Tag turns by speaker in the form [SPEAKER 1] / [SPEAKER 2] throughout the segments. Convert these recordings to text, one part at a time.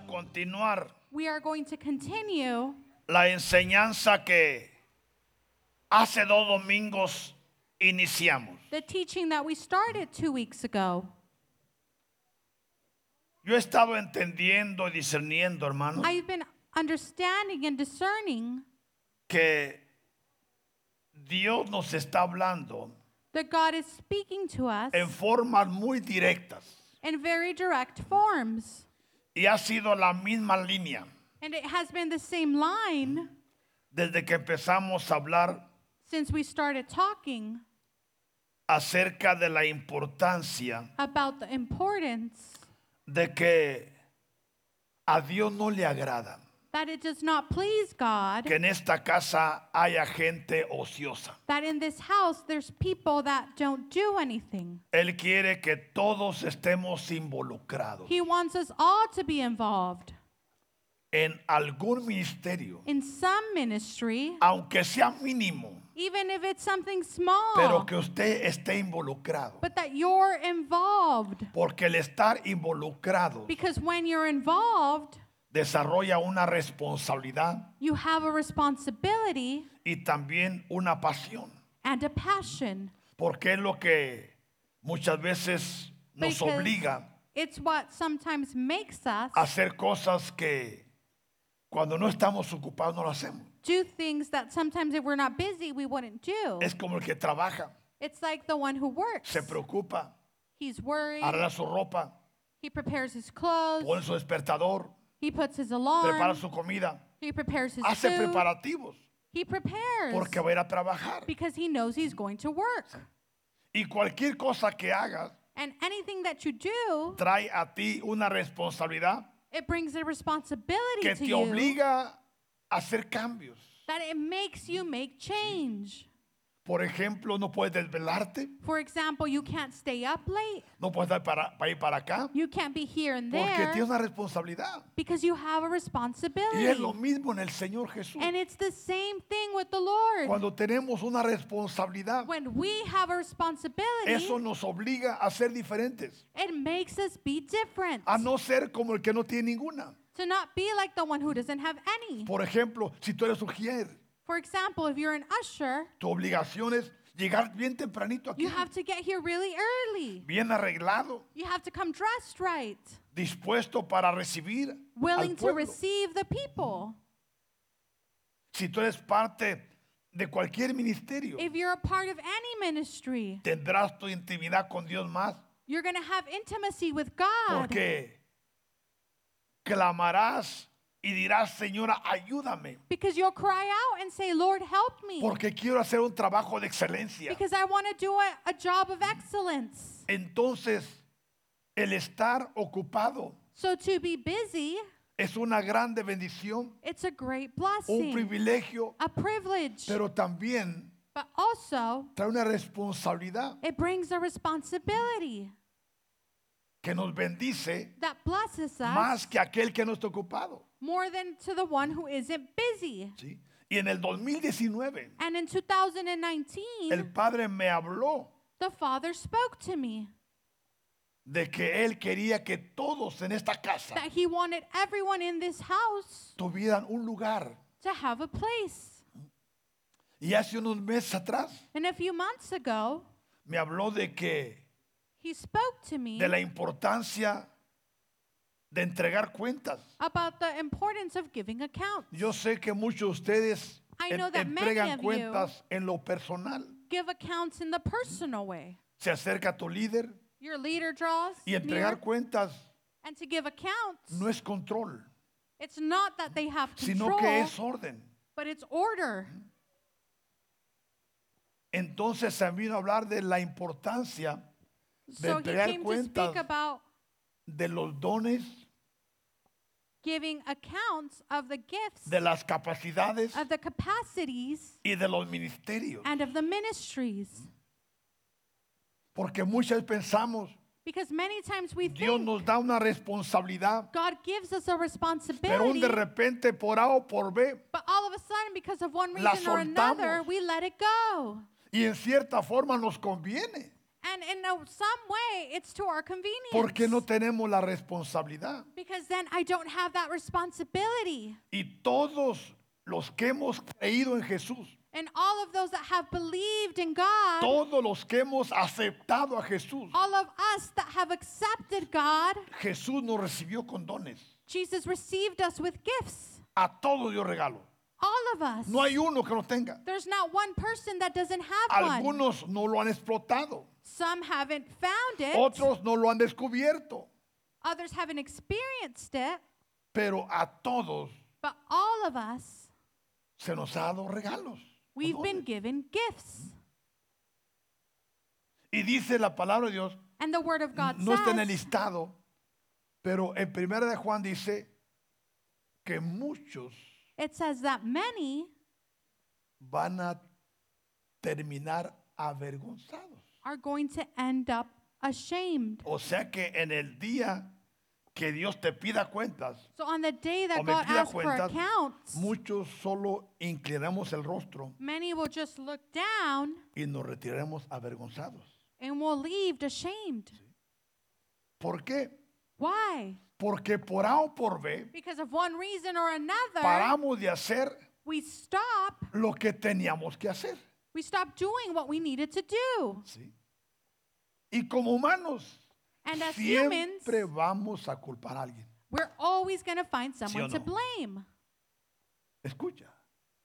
[SPEAKER 1] continuar
[SPEAKER 2] we are going to continue
[SPEAKER 1] la enseñanza que hace dos domingos iniciamos.
[SPEAKER 2] the teaching that we started two weeks ago.
[SPEAKER 1] Yo he estado entendiendo y discerniendo, hermanos,
[SPEAKER 2] I've been understanding and discerning
[SPEAKER 1] que Dios nos está hablando
[SPEAKER 2] that God is speaking to us
[SPEAKER 1] en formas muy directas
[SPEAKER 2] in very direct forms.
[SPEAKER 1] y ha sido la misma línea
[SPEAKER 2] And it has been the same line
[SPEAKER 1] desde que empezamos a hablar
[SPEAKER 2] since we started talking
[SPEAKER 1] acerca de la importancia
[SPEAKER 2] about the importance
[SPEAKER 1] de que a Dios no le agrada
[SPEAKER 2] that it does not please God
[SPEAKER 1] que en esta casa haya gente ociosa.
[SPEAKER 2] that in this house there's people that don't do anything.
[SPEAKER 1] Él quiere que todos estemos involucrados
[SPEAKER 2] He wants us all to be involved
[SPEAKER 1] en algún ministerio,
[SPEAKER 2] in some ministry,
[SPEAKER 1] aunque sea mínimo,
[SPEAKER 2] even if it's something small,
[SPEAKER 1] pero que usted esté involucrado.
[SPEAKER 2] but that you're involved.
[SPEAKER 1] Porque el estar involucrado
[SPEAKER 2] Because when you're involved,
[SPEAKER 1] desarrolla una responsabilidad
[SPEAKER 2] you have a responsibility
[SPEAKER 1] y también una pasión.
[SPEAKER 2] and a passion.
[SPEAKER 1] Porque es lo que muchas veces nos
[SPEAKER 2] Because
[SPEAKER 1] obliga
[SPEAKER 2] It's what sometimes makes us
[SPEAKER 1] a hacer cosas que cuando no estamos ocupados no lo hacemos.
[SPEAKER 2] do things that sometimes if we're not busy, we wouldn't do.
[SPEAKER 1] Es como el que trabaja,
[SPEAKER 2] It's like the one who works.
[SPEAKER 1] se preocupa,
[SPEAKER 2] He's worried.
[SPEAKER 1] arregla su ropa,
[SPEAKER 2] He prepares his clothes.
[SPEAKER 1] pone su despertador,
[SPEAKER 2] He puts his
[SPEAKER 1] prepara
[SPEAKER 2] alarm.
[SPEAKER 1] su comida,
[SPEAKER 2] He prepares his
[SPEAKER 1] hace
[SPEAKER 2] food.
[SPEAKER 1] preparativos
[SPEAKER 2] He prepares
[SPEAKER 1] porque va a ir a trabajar.
[SPEAKER 2] because he knows he's going to work.
[SPEAKER 1] Y cualquier cosa que hagas
[SPEAKER 2] And anything that you do,
[SPEAKER 1] trae a ti una responsabilidad
[SPEAKER 2] it brings a responsibility
[SPEAKER 1] que
[SPEAKER 2] to
[SPEAKER 1] te
[SPEAKER 2] you
[SPEAKER 1] obliga a hacer cambios.
[SPEAKER 2] that it makes you make change.
[SPEAKER 1] Por ejemplo, no puedes desvelarte,
[SPEAKER 2] For example, you can't stay up late.
[SPEAKER 1] no puedes estar para, para ir para acá,
[SPEAKER 2] You can't be here and
[SPEAKER 1] porque tienes
[SPEAKER 2] there
[SPEAKER 1] una responsabilidad.
[SPEAKER 2] because you have a
[SPEAKER 1] Y es lo
[SPEAKER 2] responsibility.
[SPEAKER 1] mismo en el Señor Jesús.
[SPEAKER 2] And it's the same thing with the Lord.
[SPEAKER 1] Cuando tenemos una responsabilidad,
[SPEAKER 2] When we have a responsibility,
[SPEAKER 1] eso nos obliga a ser diferentes,
[SPEAKER 2] it makes us be different.
[SPEAKER 1] a Ah, no ser como el que no tiene ninguna.
[SPEAKER 2] To not be like the one who doesn't have any.
[SPEAKER 1] Por ejemplo, si tú eres ujier,
[SPEAKER 2] For example, if you're an usher,
[SPEAKER 1] tu obligación es llegar bien tempranito aquí,
[SPEAKER 2] you have to get here really early.
[SPEAKER 1] bien arreglado,
[SPEAKER 2] You have to come dressed right,
[SPEAKER 1] dispuesto para recibir al
[SPEAKER 2] willing to
[SPEAKER 1] pueblo.
[SPEAKER 2] receive the people.
[SPEAKER 1] Si tú eres parte de cualquier ministerio,
[SPEAKER 2] If you're a part of any ministry,
[SPEAKER 1] tendrás tu intimidad con Dios más,
[SPEAKER 2] you're going to have intimacy with God.
[SPEAKER 1] porque clamarás y dirás, Señora, ayúdame,
[SPEAKER 2] Because you'll cry out and say, Lord, help me.
[SPEAKER 1] porque quiero hacer un trabajo de excelencia.
[SPEAKER 2] Because I want to do a, a job of excellence.
[SPEAKER 1] Entonces, el estar ocupado
[SPEAKER 2] So to be busy,
[SPEAKER 1] es una grande bendición,
[SPEAKER 2] it's a great
[SPEAKER 1] un
[SPEAKER 2] blessing,
[SPEAKER 1] privilegio,
[SPEAKER 2] a privilege.
[SPEAKER 1] pero también
[SPEAKER 2] But also,
[SPEAKER 1] trae una responsabilidad
[SPEAKER 2] it brings a responsibility
[SPEAKER 1] que nos bendice
[SPEAKER 2] that blesses us
[SPEAKER 1] más que aquel que no está ocupado.
[SPEAKER 2] more than to the one who isn't busy.
[SPEAKER 1] ¿sí? Y en el 2019,
[SPEAKER 2] And in 2019,
[SPEAKER 1] el Padre me habló
[SPEAKER 2] the Father spoke to me
[SPEAKER 1] de que Él quería que todos en esta casa
[SPEAKER 2] that He wanted everyone in this house
[SPEAKER 1] tuvieran un lugar.
[SPEAKER 2] to have a place.
[SPEAKER 1] Y hace unos meses atrás
[SPEAKER 2] And a few months ago,
[SPEAKER 1] me habló de que
[SPEAKER 2] He spoke to me
[SPEAKER 1] de la importancia de entregar cuentas.
[SPEAKER 2] about the importance of giving account.
[SPEAKER 1] Yo sé que muchos de ustedes
[SPEAKER 2] I
[SPEAKER 1] en-
[SPEAKER 2] know that many
[SPEAKER 1] entregan
[SPEAKER 2] of you-
[SPEAKER 1] cuentas en lo personal.
[SPEAKER 2] Give accounts in the personal way.
[SPEAKER 1] Se acerca a tu líder
[SPEAKER 2] Your leader draws
[SPEAKER 1] y
[SPEAKER 2] near,
[SPEAKER 1] entregar cuentas
[SPEAKER 2] and to give accounts,
[SPEAKER 1] no es control,
[SPEAKER 2] it's not that they have
[SPEAKER 1] sino
[SPEAKER 2] control,
[SPEAKER 1] que es orden.
[SPEAKER 2] but it's order.
[SPEAKER 1] Entonces se vino a hablar de la importancia
[SPEAKER 2] So he
[SPEAKER 1] entregar
[SPEAKER 2] came to
[SPEAKER 1] cuentas.
[SPEAKER 2] speak about
[SPEAKER 1] de los dones,
[SPEAKER 2] giving accounts of the gifts,
[SPEAKER 1] de las capacidades
[SPEAKER 2] of the capacities,
[SPEAKER 1] y de los ministerios.
[SPEAKER 2] and of the ministries.
[SPEAKER 1] Porque muchas veces pensamos,
[SPEAKER 2] Because many times we
[SPEAKER 1] Dios
[SPEAKER 2] think
[SPEAKER 1] nos da una responsabilidad,
[SPEAKER 2] God gives us a
[SPEAKER 1] pero un
[SPEAKER 2] responsibility,
[SPEAKER 1] de repente por A o por B,
[SPEAKER 2] but all of a sudden, because of one
[SPEAKER 1] La
[SPEAKER 2] reason or another,
[SPEAKER 1] soltamos.
[SPEAKER 2] we let it go.
[SPEAKER 1] y en cierta forma nos conviene,
[SPEAKER 2] And in a, some way, it's to our convenience.
[SPEAKER 1] porque no tenemos la responsabilidad.
[SPEAKER 2] Because then I don't have that responsibility.
[SPEAKER 1] Y todos los que hemos creído en Jesús,
[SPEAKER 2] And all of those that have believed in God,
[SPEAKER 1] todos los que hemos aceptado a Jesús,
[SPEAKER 2] all of us that have accepted God,
[SPEAKER 1] Jesús nos recibió con dones.
[SPEAKER 2] Jesus received us with gifts.
[SPEAKER 1] A todos dio regalo.
[SPEAKER 2] All of us.
[SPEAKER 1] No hay uno que no tenga.
[SPEAKER 2] There's not one person that doesn't have one.
[SPEAKER 1] Algunos no lo han explotado,
[SPEAKER 2] Some haven't found it.
[SPEAKER 1] otros no lo han descubierto,
[SPEAKER 2] Others haven't experienced it.
[SPEAKER 1] pero a todos
[SPEAKER 2] But all of us,
[SPEAKER 1] se nos ha dado regalos. o
[SPEAKER 2] we've been
[SPEAKER 1] dones.
[SPEAKER 2] given gifts.
[SPEAKER 1] Y dice la palabra de Dios,
[SPEAKER 2] And the Word of God
[SPEAKER 1] no está en el
[SPEAKER 2] says,
[SPEAKER 1] listado, pero en primera de Juan dice que muchos
[SPEAKER 2] it says that many
[SPEAKER 1] van a terminar avergonzados.
[SPEAKER 2] are going to end up ashamed.
[SPEAKER 1] O sea que en el día que Dios te pida cuentas,
[SPEAKER 2] So on the day
[SPEAKER 1] o
[SPEAKER 2] that
[SPEAKER 1] me
[SPEAKER 2] God
[SPEAKER 1] pida
[SPEAKER 2] asks for
[SPEAKER 1] cuentas,
[SPEAKER 2] accounts,
[SPEAKER 1] muchos solo inclinamos el rostro
[SPEAKER 2] many will just look down
[SPEAKER 1] y nos retiraremos avergonzados.
[SPEAKER 2] and will leave ashamed.
[SPEAKER 1] ¿Por qué?
[SPEAKER 2] Why?
[SPEAKER 1] Porque por A o por B
[SPEAKER 2] Because of one reason or another,
[SPEAKER 1] paramos de hacer
[SPEAKER 2] we stop.
[SPEAKER 1] lo que teníamos que hacer.
[SPEAKER 2] We stop doing what we needed to do.
[SPEAKER 1] ¿sí? Y como humanos,
[SPEAKER 2] And as humans,
[SPEAKER 1] siempre vamos a culpar a alguien.
[SPEAKER 2] we're always going to find someone to
[SPEAKER 1] no?
[SPEAKER 2] blame.
[SPEAKER 1] Escucha,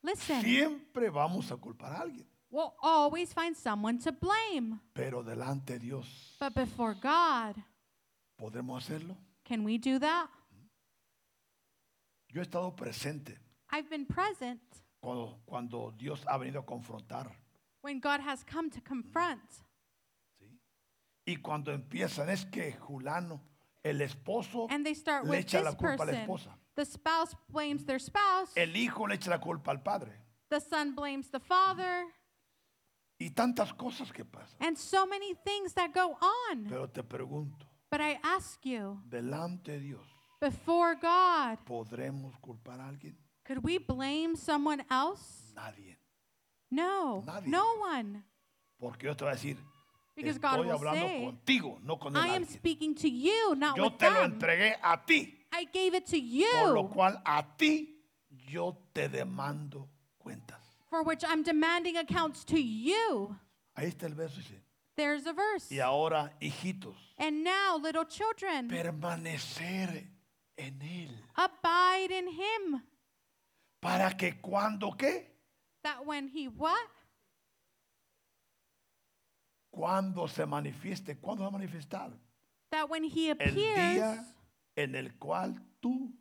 [SPEAKER 2] Listen,
[SPEAKER 1] siempre vamos a culpar a alguien,
[SPEAKER 2] we'll always find someone to blame.
[SPEAKER 1] pero delante de Dios,
[SPEAKER 2] But before God,
[SPEAKER 1] ¿podremos hacerlo?
[SPEAKER 2] can we do that?
[SPEAKER 1] Yo he estado presente
[SPEAKER 2] I've been present
[SPEAKER 1] cuando, cuando Dios ha venido a confrontar
[SPEAKER 2] when God has come to confront.
[SPEAKER 1] y cuando empiezan es que Julano, el esposo,
[SPEAKER 2] And they start
[SPEAKER 1] Oh, le
[SPEAKER 2] with
[SPEAKER 1] echa la
[SPEAKER 2] this
[SPEAKER 1] culpa a la
[SPEAKER 2] person.
[SPEAKER 1] esposa,
[SPEAKER 2] The spouse blames their spouse.
[SPEAKER 1] el hijo le echa la culpa al padre
[SPEAKER 2] The son blames the father.
[SPEAKER 1] y tantas cosas que pasan.
[SPEAKER 2] And so many things that go on.
[SPEAKER 1] Pero te pregunto,
[SPEAKER 2] But I ask you,
[SPEAKER 1] delante de Dios,
[SPEAKER 2] before God,
[SPEAKER 1] ¿podremos culpar a alguien?
[SPEAKER 2] could we blame someone else?
[SPEAKER 1] Nadie.
[SPEAKER 2] No,
[SPEAKER 1] Nadie.
[SPEAKER 2] no one.
[SPEAKER 1] Porque yo te voy a decir,
[SPEAKER 2] Because God
[SPEAKER 1] estoy
[SPEAKER 2] will
[SPEAKER 1] hablando
[SPEAKER 2] say,
[SPEAKER 1] contigo, no con el
[SPEAKER 2] I am
[SPEAKER 1] alguien.
[SPEAKER 2] speaking to you, not
[SPEAKER 1] Yo
[SPEAKER 2] with
[SPEAKER 1] te lo
[SPEAKER 2] them.
[SPEAKER 1] entregué a ti,
[SPEAKER 2] I gave it to
[SPEAKER 1] por lo
[SPEAKER 2] you,
[SPEAKER 1] cual a ti yo te demando cuentas.
[SPEAKER 2] for which I'm demanding accounts to you.
[SPEAKER 1] Ahí está el verso dice,
[SPEAKER 2] There's a verse.
[SPEAKER 1] y ahora, hijitos,
[SPEAKER 2] And now, little children,
[SPEAKER 1] permanecer en él,
[SPEAKER 2] abide in him,
[SPEAKER 1] para que cuando qué?
[SPEAKER 2] that when he what?
[SPEAKER 1] Cuando se manifieste, cuando va a manifestar?
[SPEAKER 2] That when he
[SPEAKER 1] El
[SPEAKER 2] appears,
[SPEAKER 1] día en el cual tú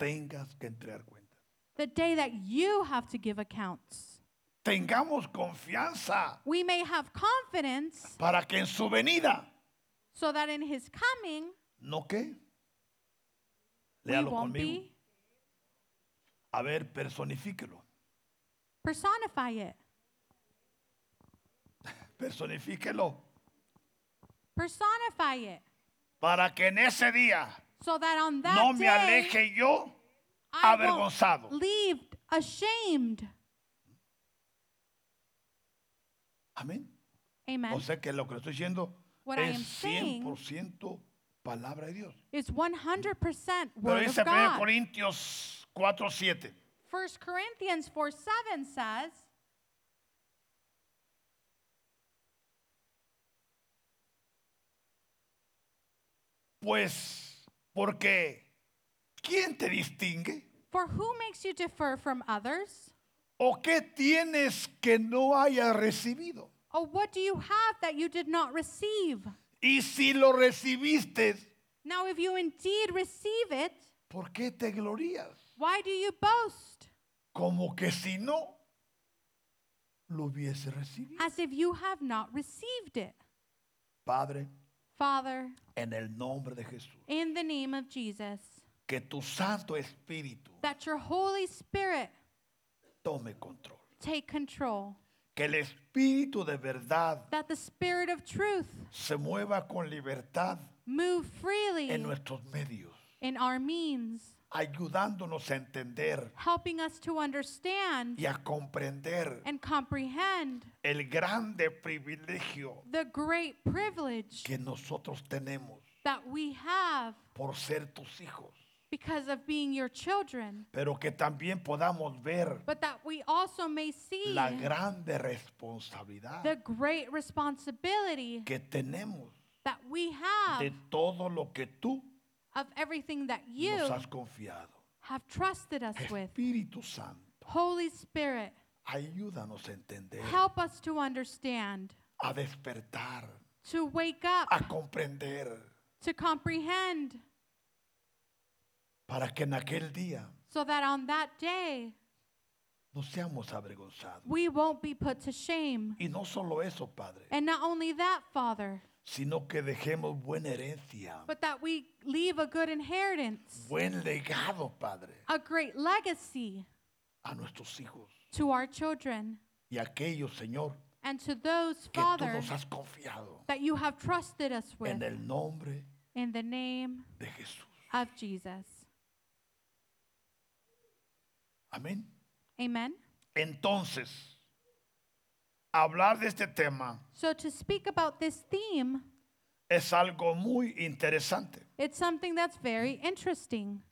[SPEAKER 1] tengas que entregar cuentas.
[SPEAKER 2] the day that you have to give accounts.
[SPEAKER 1] Tengamos confianza
[SPEAKER 2] We may have confidence
[SPEAKER 1] para que en su venida
[SPEAKER 2] so that in his coming,
[SPEAKER 1] ¿No qué?
[SPEAKER 2] we
[SPEAKER 1] Léalo
[SPEAKER 2] won't
[SPEAKER 1] conmigo.
[SPEAKER 2] be.
[SPEAKER 1] A ver, personifíquelo.
[SPEAKER 2] Personify it.
[SPEAKER 1] Personifíquelo.
[SPEAKER 2] Personify it.
[SPEAKER 1] Para que en ese día
[SPEAKER 2] So that on that
[SPEAKER 1] no me
[SPEAKER 2] day,
[SPEAKER 1] aleje yo
[SPEAKER 2] I won't
[SPEAKER 1] avergonzado.
[SPEAKER 2] leave ashamed.
[SPEAKER 1] Amén.
[SPEAKER 2] Amen.
[SPEAKER 1] O sea que lo que le estoy diciendo
[SPEAKER 2] What I am
[SPEAKER 1] es
[SPEAKER 2] saying-
[SPEAKER 1] 100% palabra de Dios.
[SPEAKER 2] it's 100%
[SPEAKER 1] Pero
[SPEAKER 2] word
[SPEAKER 1] dice
[SPEAKER 2] of
[SPEAKER 1] 1
[SPEAKER 2] God.
[SPEAKER 1] Corintios 4, 7.
[SPEAKER 2] 1 Corinthians 4 7 says,
[SPEAKER 1] Pues, porque ¿quién te distingue?
[SPEAKER 2] For who makes you differ from others?
[SPEAKER 1] ¿O qué tienes que no hayas recibido?
[SPEAKER 2] Or what do you have that you did not receive?
[SPEAKER 1] Y si lo recibiste,
[SPEAKER 2] Now, if you indeed receive it,
[SPEAKER 1] ¿Por qué te glorías?
[SPEAKER 2] why do you boast?
[SPEAKER 1] Como que si no lo hubiese recibido.
[SPEAKER 2] As if you have not received it.
[SPEAKER 1] Padre,
[SPEAKER 2] Father,
[SPEAKER 1] en el nombre de Jesús,
[SPEAKER 2] in the name of Jesus,
[SPEAKER 1] que tu Santo Espíritu
[SPEAKER 2] that your Holy Spirit
[SPEAKER 1] tome control.
[SPEAKER 2] take control,
[SPEAKER 1] Que el Espíritu de verdad
[SPEAKER 2] that the Spirit of truth
[SPEAKER 1] se mueva con libertad
[SPEAKER 2] move
[SPEAKER 1] en
[SPEAKER 2] freely
[SPEAKER 1] nuestros medios.
[SPEAKER 2] in our means.
[SPEAKER 1] ayudándonos a entender
[SPEAKER 2] helping us to understand
[SPEAKER 1] y a comprender
[SPEAKER 2] and comprehend
[SPEAKER 1] el grande privilegio
[SPEAKER 2] the great privilege
[SPEAKER 1] que nosotros tenemos
[SPEAKER 2] that we have
[SPEAKER 1] por ser tus hijos,
[SPEAKER 2] because of being your children,
[SPEAKER 1] pero que también podamos ver
[SPEAKER 2] but that we also may see
[SPEAKER 1] la grande responsabilidad
[SPEAKER 2] the great responsibility
[SPEAKER 1] que tenemos
[SPEAKER 2] that we
[SPEAKER 1] de
[SPEAKER 2] have
[SPEAKER 1] todo lo que tú
[SPEAKER 2] of everything that you
[SPEAKER 1] nos has confiado.
[SPEAKER 2] have trusted us with.
[SPEAKER 1] Espíritu Santo,
[SPEAKER 2] Holy Spirit,
[SPEAKER 1] ayúdanos a entender,
[SPEAKER 2] help us to understand,
[SPEAKER 1] a despertar,
[SPEAKER 2] to wake up,
[SPEAKER 1] a comprender,
[SPEAKER 2] to comprehend,
[SPEAKER 1] para que en aquel día
[SPEAKER 2] so that on that day
[SPEAKER 1] no seamos avergonzados.
[SPEAKER 2] we won't be put to shame.
[SPEAKER 1] Y no solo eso, Padre,
[SPEAKER 2] And not only that, Father,
[SPEAKER 1] sino que dejemos buena herencia,
[SPEAKER 2] but that we leave a good inheritance,
[SPEAKER 1] buen legado, Padre,
[SPEAKER 2] a great legacy
[SPEAKER 1] a nuestros hijos
[SPEAKER 2] to our children
[SPEAKER 1] y a aquellos, Señor,
[SPEAKER 2] and to those,
[SPEAKER 1] que tú
[SPEAKER 2] Father,
[SPEAKER 1] nos
[SPEAKER 2] Pues
[SPEAKER 1] has confiado
[SPEAKER 2] that you have trusted us with
[SPEAKER 1] en el nombre
[SPEAKER 2] in the name
[SPEAKER 1] de Jesús.
[SPEAKER 2] of Jesus.
[SPEAKER 1] Amén.
[SPEAKER 2] Amen.
[SPEAKER 1] Entonces, hablar de este tema
[SPEAKER 2] So, to speak about this theme,
[SPEAKER 1] es algo muy interesante.
[SPEAKER 2] it's something that's very interesting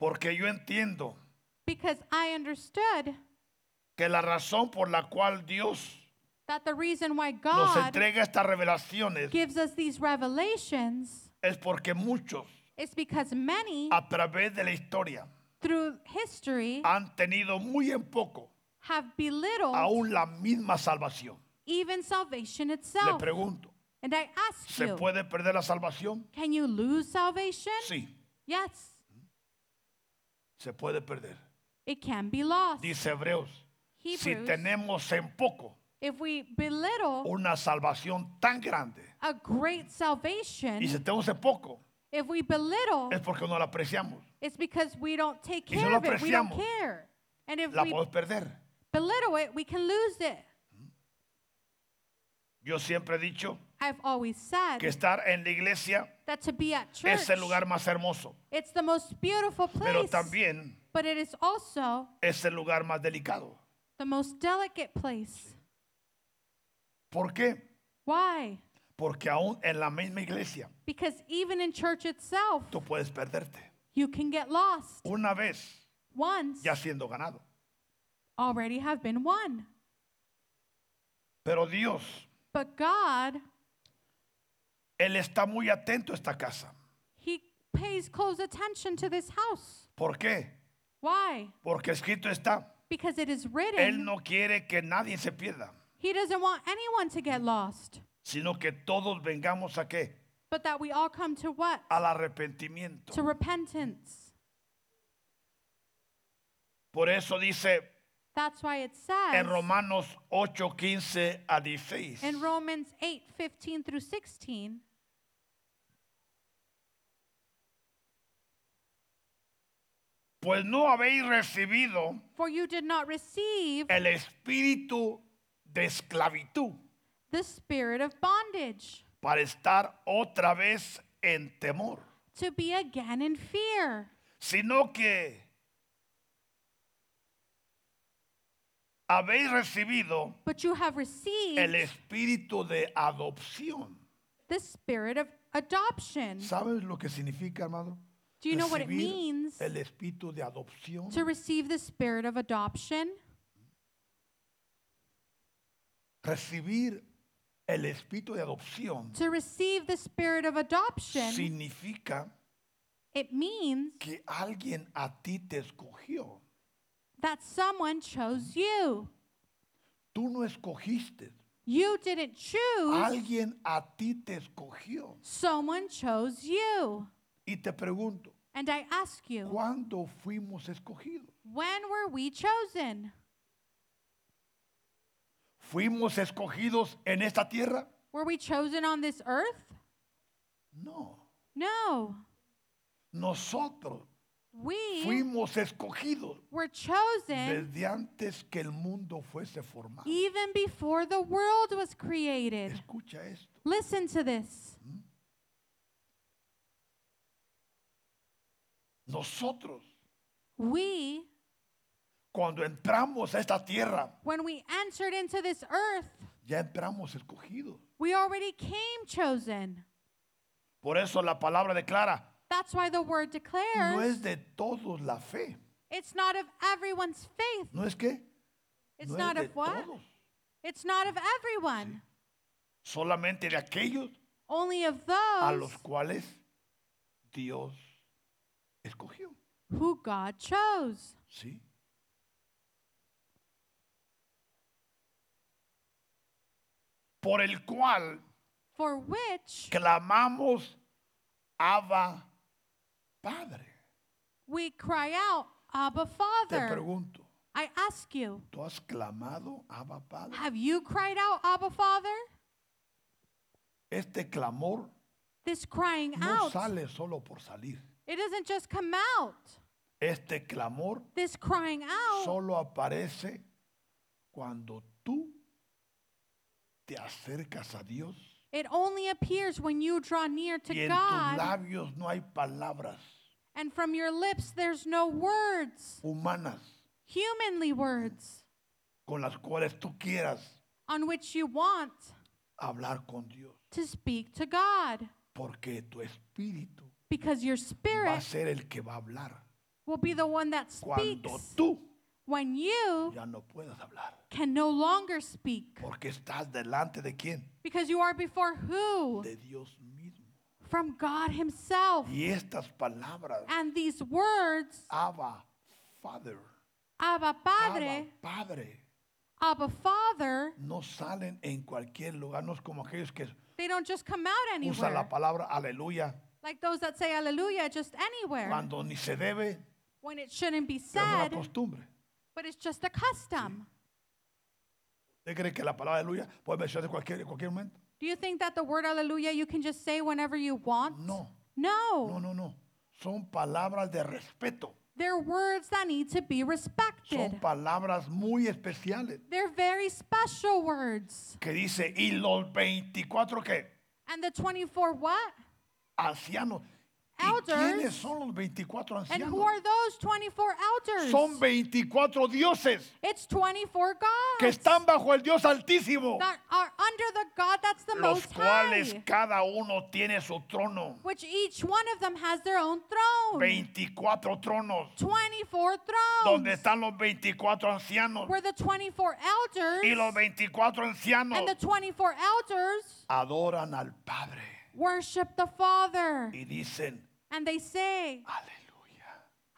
[SPEAKER 1] Porque yo entiendo
[SPEAKER 2] because I understood
[SPEAKER 1] que la razón por la cual Dios
[SPEAKER 2] that the reason why
[SPEAKER 1] nos
[SPEAKER 2] God
[SPEAKER 1] entrega estas revelaciones
[SPEAKER 2] gives us these revelations
[SPEAKER 1] es porque muchos
[SPEAKER 2] is because many,
[SPEAKER 1] a través de la historia
[SPEAKER 2] through history,
[SPEAKER 1] han tenido muy en poco
[SPEAKER 2] have belittled
[SPEAKER 1] aún la misma salvación.
[SPEAKER 2] even salvation
[SPEAKER 1] Le
[SPEAKER 2] itself.
[SPEAKER 1] pregunto,
[SPEAKER 2] And I ask
[SPEAKER 1] ¿se
[SPEAKER 2] you,
[SPEAKER 1] puede perder la salvación?
[SPEAKER 2] can you lose salvation?
[SPEAKER 1] Sí,
[SPEAKER 2] Yes,
[SPEAKER 1] se puede perder.
[SPEAKER 2] it can be lost.
[SPEAKER 1] Dice Hebreos, si
[SPEAKER 2] Hebrews,
[SPEAKER 1] tenemos en poco
[SPEAKER 2] if we belittle
[SPEAKER 1] una salvación tan grande,
[SPEAKER 2] a great
[SPEAKER 1] y
[SPEAKER 2] salvation,
[SPEAKER 1] si tenemos en poco,
[SPEAKER 2] if we belittle,
[SPEAKER 1] es porque no la apreciamos.
[SPEAKER 2] it's because we don't take
[SPEAKER 1] Y si
[SPEAKER 2] care
[SPEAKER 1] no
[SPEAKER 2] of it. We don't
[SPEAKER 1] apreciamos,
[SPEAKER 2] care. And if
[SPEAKER 1] La
[SPEAKER 2] we
[SPEAKER 1] podemos perder.
[SPEAKER 2] belittle it, we can lose it.
[SPEAKER 1] Yo siempre he dicho
[SPEAKER 2] I've always
[SPEAKER 1] que
[SPEAKER 2] said
[SPEAKER 1] estar en la iglesia
[SPEAKER 2] that to be at church,
[SPEAKER 1] es el lugar más hermoso,
[SPEAKER 2] it's the most beautiful
[SPEAKER 1] pero
[SPEAKER 2] place,
[SPEAKER 1] también
[SPEAKER 2] but it is also
[SPEAKER 1] es el lugar más delicado.
[SPEAKER 2] the most delicate place.
[SPEAKER 1] ¿Por qué?
[SPEAKER 2] Why?
[SPEAKER 1] Porque aún en la misma iglesia
[SPEAKER 2] Because even in church itself,
[SPEAKER 1] tú puedes perderte.
[SPEAKER 2] you can get lost.
[SPEAKER 1] Una vez
[SPEAKER 2] Once,
[SPEAKER 1] ya siendo ganado.
[SPEAKER 2] already have been won.
[SPEAKER 1] Pero Dios,
[SPEAKER 2] But God,
[SPEAKER 1] Él está muy atento a esta casa.
[SPEAKER 2] He pays close attention to this house.
[SPEAKER 1] ¿Por qué?
[SPEAKER 2] Why?
[SPEAKER 1] Porque escrito está,
[SPEAKER 2] Because it is
[SPEAKER 1] Él
[SPEAKER 2] written,
[SPEAKER 1] no quiere que nadie se pierda,
[SPEAKER 2] He doesn't want anyone to get lost,
[SPEAKER 1] sino que todos vengamos a qué?
[SPEAKER 2] but that we all come to what?
[SPEAKER 1] Al arrepentimiento.
[SPEAKER 2] To repentance.
[SPEAKER 1] Por eso dice
[SPEAKER 2] That's why it says
[SPEAKER 1] en Romanos 8, 15 a 16.
[SPEAKER 2] in Romans 8 15 through 16.
[SPEAKER 1] Pues no habéis recibido
[SPEAKER 2] For you did not receive
[SPEAKER 1] el espíritu de esclavitud
[SPEAKER 2] the spirit of bondage
[SPEAKER 1] para estar otra vez en temor,
[SPEAKER 2] to be again in fear,
[SPEAKER 1] sino que habéis recibido
[SPEAKER 2] but you have received
[SPEAKER 1] el espíritu de adopción.
[SPEAKER 2] the spirit of adoption.
[SPEAKER 1] ¿Sabes lo que significa, hermano?
[SPEAKER 2] Do you know what it
[SPEAKER 1] Recibir
[SPEAKER 2] means?
[SPEAKER 1] El espíritu de adopción.
[SPEAKER 2] to receive the spirit of adoption,
[SPEAKER 1] Recibir el espíritu de adopción
[SPEAKER 2] to receive the spirit of adoption,
[SPEAKER 1] significa
[SPEAKER 2] it means
[SPEAKER 1] que alguien a ti te escogió.
[SPEAKER 2] that someone chose you.
[SPEAKER 1] Tú no escogiste.
[SPEAKER 2] You didn't choose,
[SPEAKER 1] Alguien a ti te escogió.
[SPEAKER 2] someone chose you.
[SPEAKER 1] Y te pregunto,
[SPEAKER 2] And I ask you,
[SPEAKER 1] ¿cuándo fuimos escogidos?
[SPEAKER 2] when were we chosen?
[SPEAKER 1] ¿Fuimos escogidos en esta tierra?
[SPEAKER 2] Were we chosen on this earth?
[SPEAKER 1] No.
[SPEAKER 2] No.
[SPEAKER 1] Nosotros
[SPEAKER 2] We
[SPEAKER 1] fuimos escogidos
[SPEAKER 2] were chosen
[SPEAKER 1] desde antes que el mundo fuese formado.
[SPEAKER 2] even before the world was created.
[SPEAKER 1] Escucha esto.
[SPEAKER 2] Listen to this.
[SPEAKER 1] Nosotros,
[SPEAKER 2] We,
[SPEAKER 1] cuando entramos a esta tierra,
[SPEAKER 2] when we entered into this earth,
[SPEAKER 1] ya entramos escogidos.
[SPEAKER 2] we already came chosen.
[SPEAKER 1] Por eso la palabra declara,
[SPEAKER 2] That's why the word
[SPEAKER 1] no
[SPEAKER 2] declares
[SPEAKER 1] es de todos la fe.
[SPEAKER 2] it's not of everyone's faith.
[SPEAKER 1] No es que,
[SPEAKER 2] It's
[SPEAKER 1] no
[SPEAKER 2] not
[SPEAKER 1] es de
[SPEAKER 2] of what?
[SPEAKER 1] todos,
[SPEAKER 2] It's not of everyone.
[SPEAKER 1] solamente de aquellos
[SPEAKER 2] Only of
[SPEAKER 1] a
[SPEAKER 2] those
[SPEAKER 1] los cuales Dios escogió.
[SPEAKER 2] who God chose.
[SPEAKER 1] ¿Sí? Por el cual
[SPEAKER 2] For which
[SPEAKER 1] clamamos Abba Padre.
[SPEAKER 2] we cry out, Abba
[SPEAKER 1] Te
[SPEAKER 2] Father.
[SPEAKER 1] pregunto,
[SPEAKER 2] I ask you,
[SPEAKER 1] ¿tú has clamado Abba Padre?
[SPEAKER 2] have you cried out, Abba Father?
[SPEAKER 1] Este clamor
[SPEAKER 2] This crying
[SPEAKER 1] no
[SPEAKER 2] out,
[SPEAKER 1] sale solo por salir.
[SPEAKER 2] it doesn't just come out.
[SPEAKER 1] Este clamor
[SPEAKER 2] This crying out
[SPEAKER 1] solo aparece cuando tú te acercas a Dios
[SPEAKER 2] It only appears when you draw near
[SPEAKER 1] y
[SPEAKER 2] to
[SPEAKER 1] en tus
[SPEAKER 2] God,
[SPEAKER 1] labios no hay palabras
[SPEAKER 2] and from your lips there's no words,
[SPEAKER 1] humanas
[SPEAKER 2] humanly words,
[SPEAKER 1] con las cuales tú quieras
[SPEAKER 2] on which you want
[SPEAKER 1] hablar con Dios,
[SPEAKER 2] to speak to God,
[SPEAKER 1] porque tu espíritu
[SPEAKER 2] because your
[SPEAKER 1] va a
[SPEAKER 2] spirit
[SPEAKER 1] ser el que va a hablar
[SPEAKER 2] will be the one that
[SPEAKER 1] cuando
[SPEAKER 2] speaks
[SPEAKER 1] tú
[SPEAKER 2] when you
[SPEAKER 1] ya no puedas hablar,
[SPEAKER 2] can no longer speak,
[SPEAKER 1] porque estás delante de quién?
[SPEAKER 2] because you are before who?
[SPEAKER 1] De Dios mismo.
[SPEAKER 2] From God Himself.
[SPEAKER 1] Y estas palabras,
[SPEAKER 2] And these words,
[SPEAKER 1] Abba, Father,
[SPEAKER 2] Abba
[SPEAKER 1] Abba,
[SPEAKER 2] Padre,
[SPEAKER 1] Padre,
[SPEAKER 2] Abba Father,
[SPEAKER 1] no salen en cualquier lugar, no es como aquellos que
[SPEAKER 2] they don't just come out
[SPEAKER 1] usan
[SPEAKER 2] anywhere.
[SPEAKER 1] la palabra aleluya
[SPEAKER 2] Like those that say hallelujah just anywhere
[SPEAKER 1] cuando ni se debe,
[SPEAKER 2] when it shouldn't be
[SPEAKER 1] pero es una
[SPEAKER 2] said,
[SPEAKER 1] costumbre.
[SPEAKER 2] but it's just a custom.
[SPEAKER 1] ¿Usted cree que la palabra aleluya puede mencionarse en cualquier, en cualquier momento?
[SPEAKER 2] Do you think that the word hallelujah you can just say whenever you want?
[SPEAKER 1] No. No,
[SPEAKER 2] No.
[SPEAKER 1] no, no. Son palabras de respeto.
[SPEAKER 2] They're words that need to be
[SPEAKER 1] Son
[SPEAKER 2] respected.
[SPEAKER 1] palabras muy especiales.
[SPEAKER 2] They're very special words.
[SPEAKER 1] Que dice, y los 24 que
[SPEAKER 2] And the 24 what?
[SPEAKER 1] ancianos. ¿Y
[SPEAKER 2] Elders.
[SPEAKER 1] quiénes son los 24
[SPEAKER 2] And
[SPEAKER 1] ancianos?
[SPEAKER 2] who are those 24 elders?
[SPEAKER 1] Son 24 dioses
[SPEAKER 2] It's 24
[SPEAKER 1] que
[SPEAKER 2] gods
[SPEAKER 1] están bajo el Dios Altísimo,
[SPEAKER 2] that are under the God that's the
[SPEAKER 1] los
[SPEAKER 2] most
[SPEAKER 1] cuales
[SPEAKER 2] high,
[SPEAKER 1] cada uno tiene su trono.
[SPEAKER 2] which each one of them has their own throne.
[SPEAKER 1] 24 tronos,
[SPEAKER 2] 24 thrones.
[SPEAKER 1] donde están los 24 ancianos
[SPEAKER 2] where the 24
[SPEAKER 1] y los
[SPEAKER 2] elders
[SPEAKER 1] 24 ancianos
[SPEAKER 2] and the 24 elders
[SPEAKER 1] adoran al Padre.
[SPEAKER 2] worship the Father
[SPEAKER 1] y dicen
[SPEAKER 2] and they say,
[SPEAKER 1] aleluya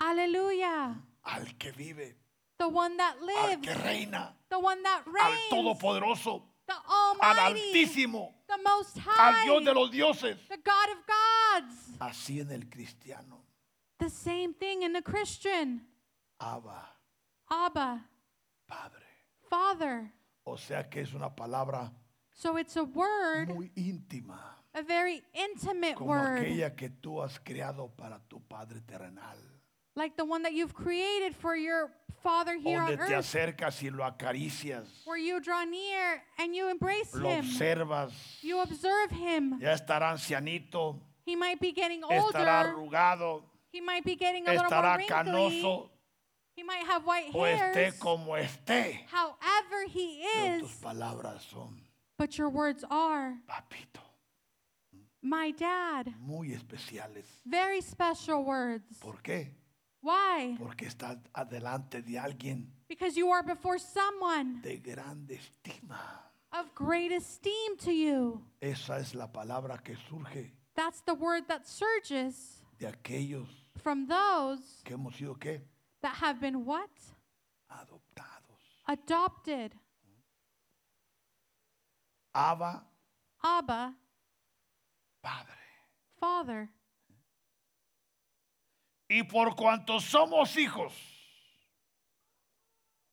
[SPEAKER 2] Alleluia,
[SPEAKER 1] al que vive,
[SPEAKER 2] the one that
[SPEAKER 1] al que
[SPEAKER 2] lives,
[SPEAKER 1] reina,
[SPEAKER 2] the one that
[SPEAKER 1] al
[SPEAKER 2] reigns,
[SPEAKER 1] todopoderoso,
[SPEAKER 2] the
[SPEAKER 1] al
[SPEAKER 2] Almighty,
[SPEAKER 1] altísimo,
[SPEAKER 2] the Most
[SPEAKER 1] al
[SPEAKER 2] High,
[SPEAKER 1] Dios de
[SPEAKER 2] the
[SPEAKER 1] los dioses.
[SPEAKER 2] God of gods.
[SPEAKER 1] Así en el cristiano,
[SPEAKER 2] The same thing in the Christian
[SPEAKER 1] Abba,
[SPEAKER 2] Abba,
[SPEAKER 1] Padre.
[SPEAKER 2] Father.
[SPEAKER 1] O sea que es una palabra
[SPEAKER 2] So it's a word,
[SPEAKER 1] muy íntima,
[SPEAKER 2] a very intimate
[SPEAKER 1] como
[SPEAKER 2] word,
[SPEAKER 1] aquella que tú has creado para tu Padre terrenal,
[SPEAKER 2] like the one that you've created for your Father here
[SPEAKER 1] donde
[SPEAKER 2] on
[SPEAKER 1] te
[SPEAKER 2] earth.
[SPEAKER 1] acercas y lo acaricias,
[SPEAKER 2] where you draw near and you embrace
[SPEAKER 1] lo
[SPEAKER 2] him.
[SPEAKER 1] observas.
[SPEAKER 2] You observe him.
[SPEAKER 1] Ya estará ancianito,
[SPEAKER 2] He might be getting
[SPEAKER 1] estará
[SPEAKER 2] older.
[SPEAKER 1] arrugado,
[SPEAKER 2] He might be getting a little more
[SPEAKER 1] estará
[SPEAKER 2] wrinkly.
[SPEAKER 1] canoso.
[SPEAKER 2] He might have white
[SPEAKER 1] o esté
[SPEAKER 2] hairs.
[SPEAKER 1] como esté.
[SPEAKER 2] However he
[SPEAKER 1] Pero
[SPEAKER 2] is,
[SPEAKER 1] tus palabras son,
[SPEAKER 2] but your words are,
[SPEAKER 1] papito,
[SPEAKER 2] my dad.
[SPEAKER 1] muy especiales.
[SPEAKER 2] Very special words.
[SPEAKER 1] ¿Por qué?
[SPEAKER 2] Why?
[SPEAKER 1] Porque estás adelante de alguien
[SPEAKER 2] Because you are before someone
[SPEAKER 1] de grande estima.
[SPEAKER 2] of great esteem to you.
[SPEAKER 1] Esa es la palabra que surge
[SPEAKER 2] That's the word that surges
[SPEAKER 1] de aquellos
[SPEAKER 2] from those
[SPEAKER 1] que hemos sido qué?
[SPEAKER 2] that have been what?
[SPEAKER 1] Adoptados.
[SPEAKER 2] Adopted.
[SPEAKER 1] Abba,
[SPEAKER 2] Abba,
[SPEAKER 1] Padre.
[SPEAKER 2] Father.
[SPEAKER 1] Y por cuanto somos hijos,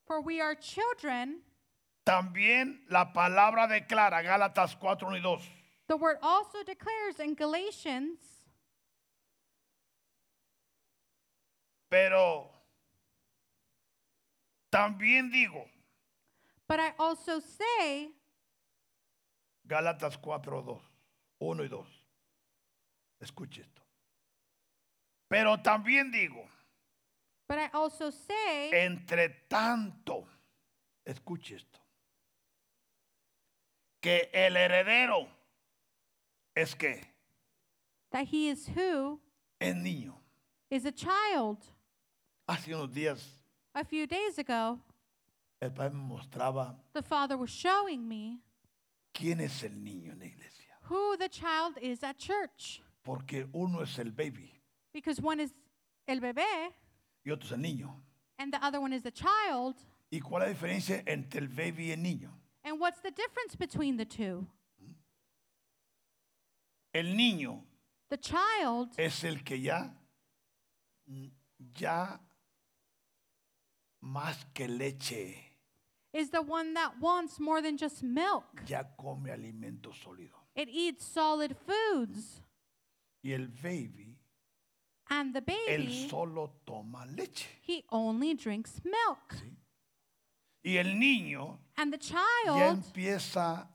[SPEAKER 2] For we are children.
[SPEAKER 1] también la palabra declara, Gálatas 4, 1 y 2.
[SPEAKER 2] The word also declares in Galatians,
[SPEAKER 1] Pero también digo,
[SPEAKER 2] but I also say,
[SPEAKER 1] Gálatas 4, 2, 1 y 2. Escuche esto. Pero también digo,
[SPEAKER 2] But I also say,
[SPEAKER 1] entre tanto, escuche esto, que el heredero es que
[SPEAKER 2] that he is who
[SPEAKER 1] es niño.
[SPEAKER 2] is a child.
[SPEAKER 1] Hace unos días
[SPEAKER 2] A few days ago,
[SPEAKER 1] el padre me mostraba
[SPEAKER 2] the father was showing me
[SPEAKER 1] quién es el niño en la iglesia.
[SPEAKER 2] who the child is at church
[SPEAKER 1] Porque uno es el baby
[SPEAKER 2] because one is el bebé
[SPEAKER 1] y otro es el niño.
[SPEAKER 2] and the other one is the child.
[SPEAKER 1] ¿Y cuál es la diferencia entre el baby y el niño?
[SPEAKER 2] And what's the difference between the two?
[SPEAKER 1] El niño
[SPEAKER 2] The child
[SPEAKER 1] es el que ya, ya más que leche,
[SPEAKER 2] is the one that wants more than just milk.
[SPEAKER 1] ya come alimento sólido.
[SPEAKER 2] It eats solid foods.
[SPEAKER 1] Y el baby,
[SPEAKER 2] And the
[SPEAKER 1] él
[SPEAKER 2] baby,
[SPEAKER 1] solo toma leche.
[SPEAKER 2] he only drinks milk.
[SPEAKER 1] ¿sí? Y el niño
[SPEAKER 2] And the
[SPEAKER 1] ya
[SPEAKER 2] child,
[SPEAKER 1] empieza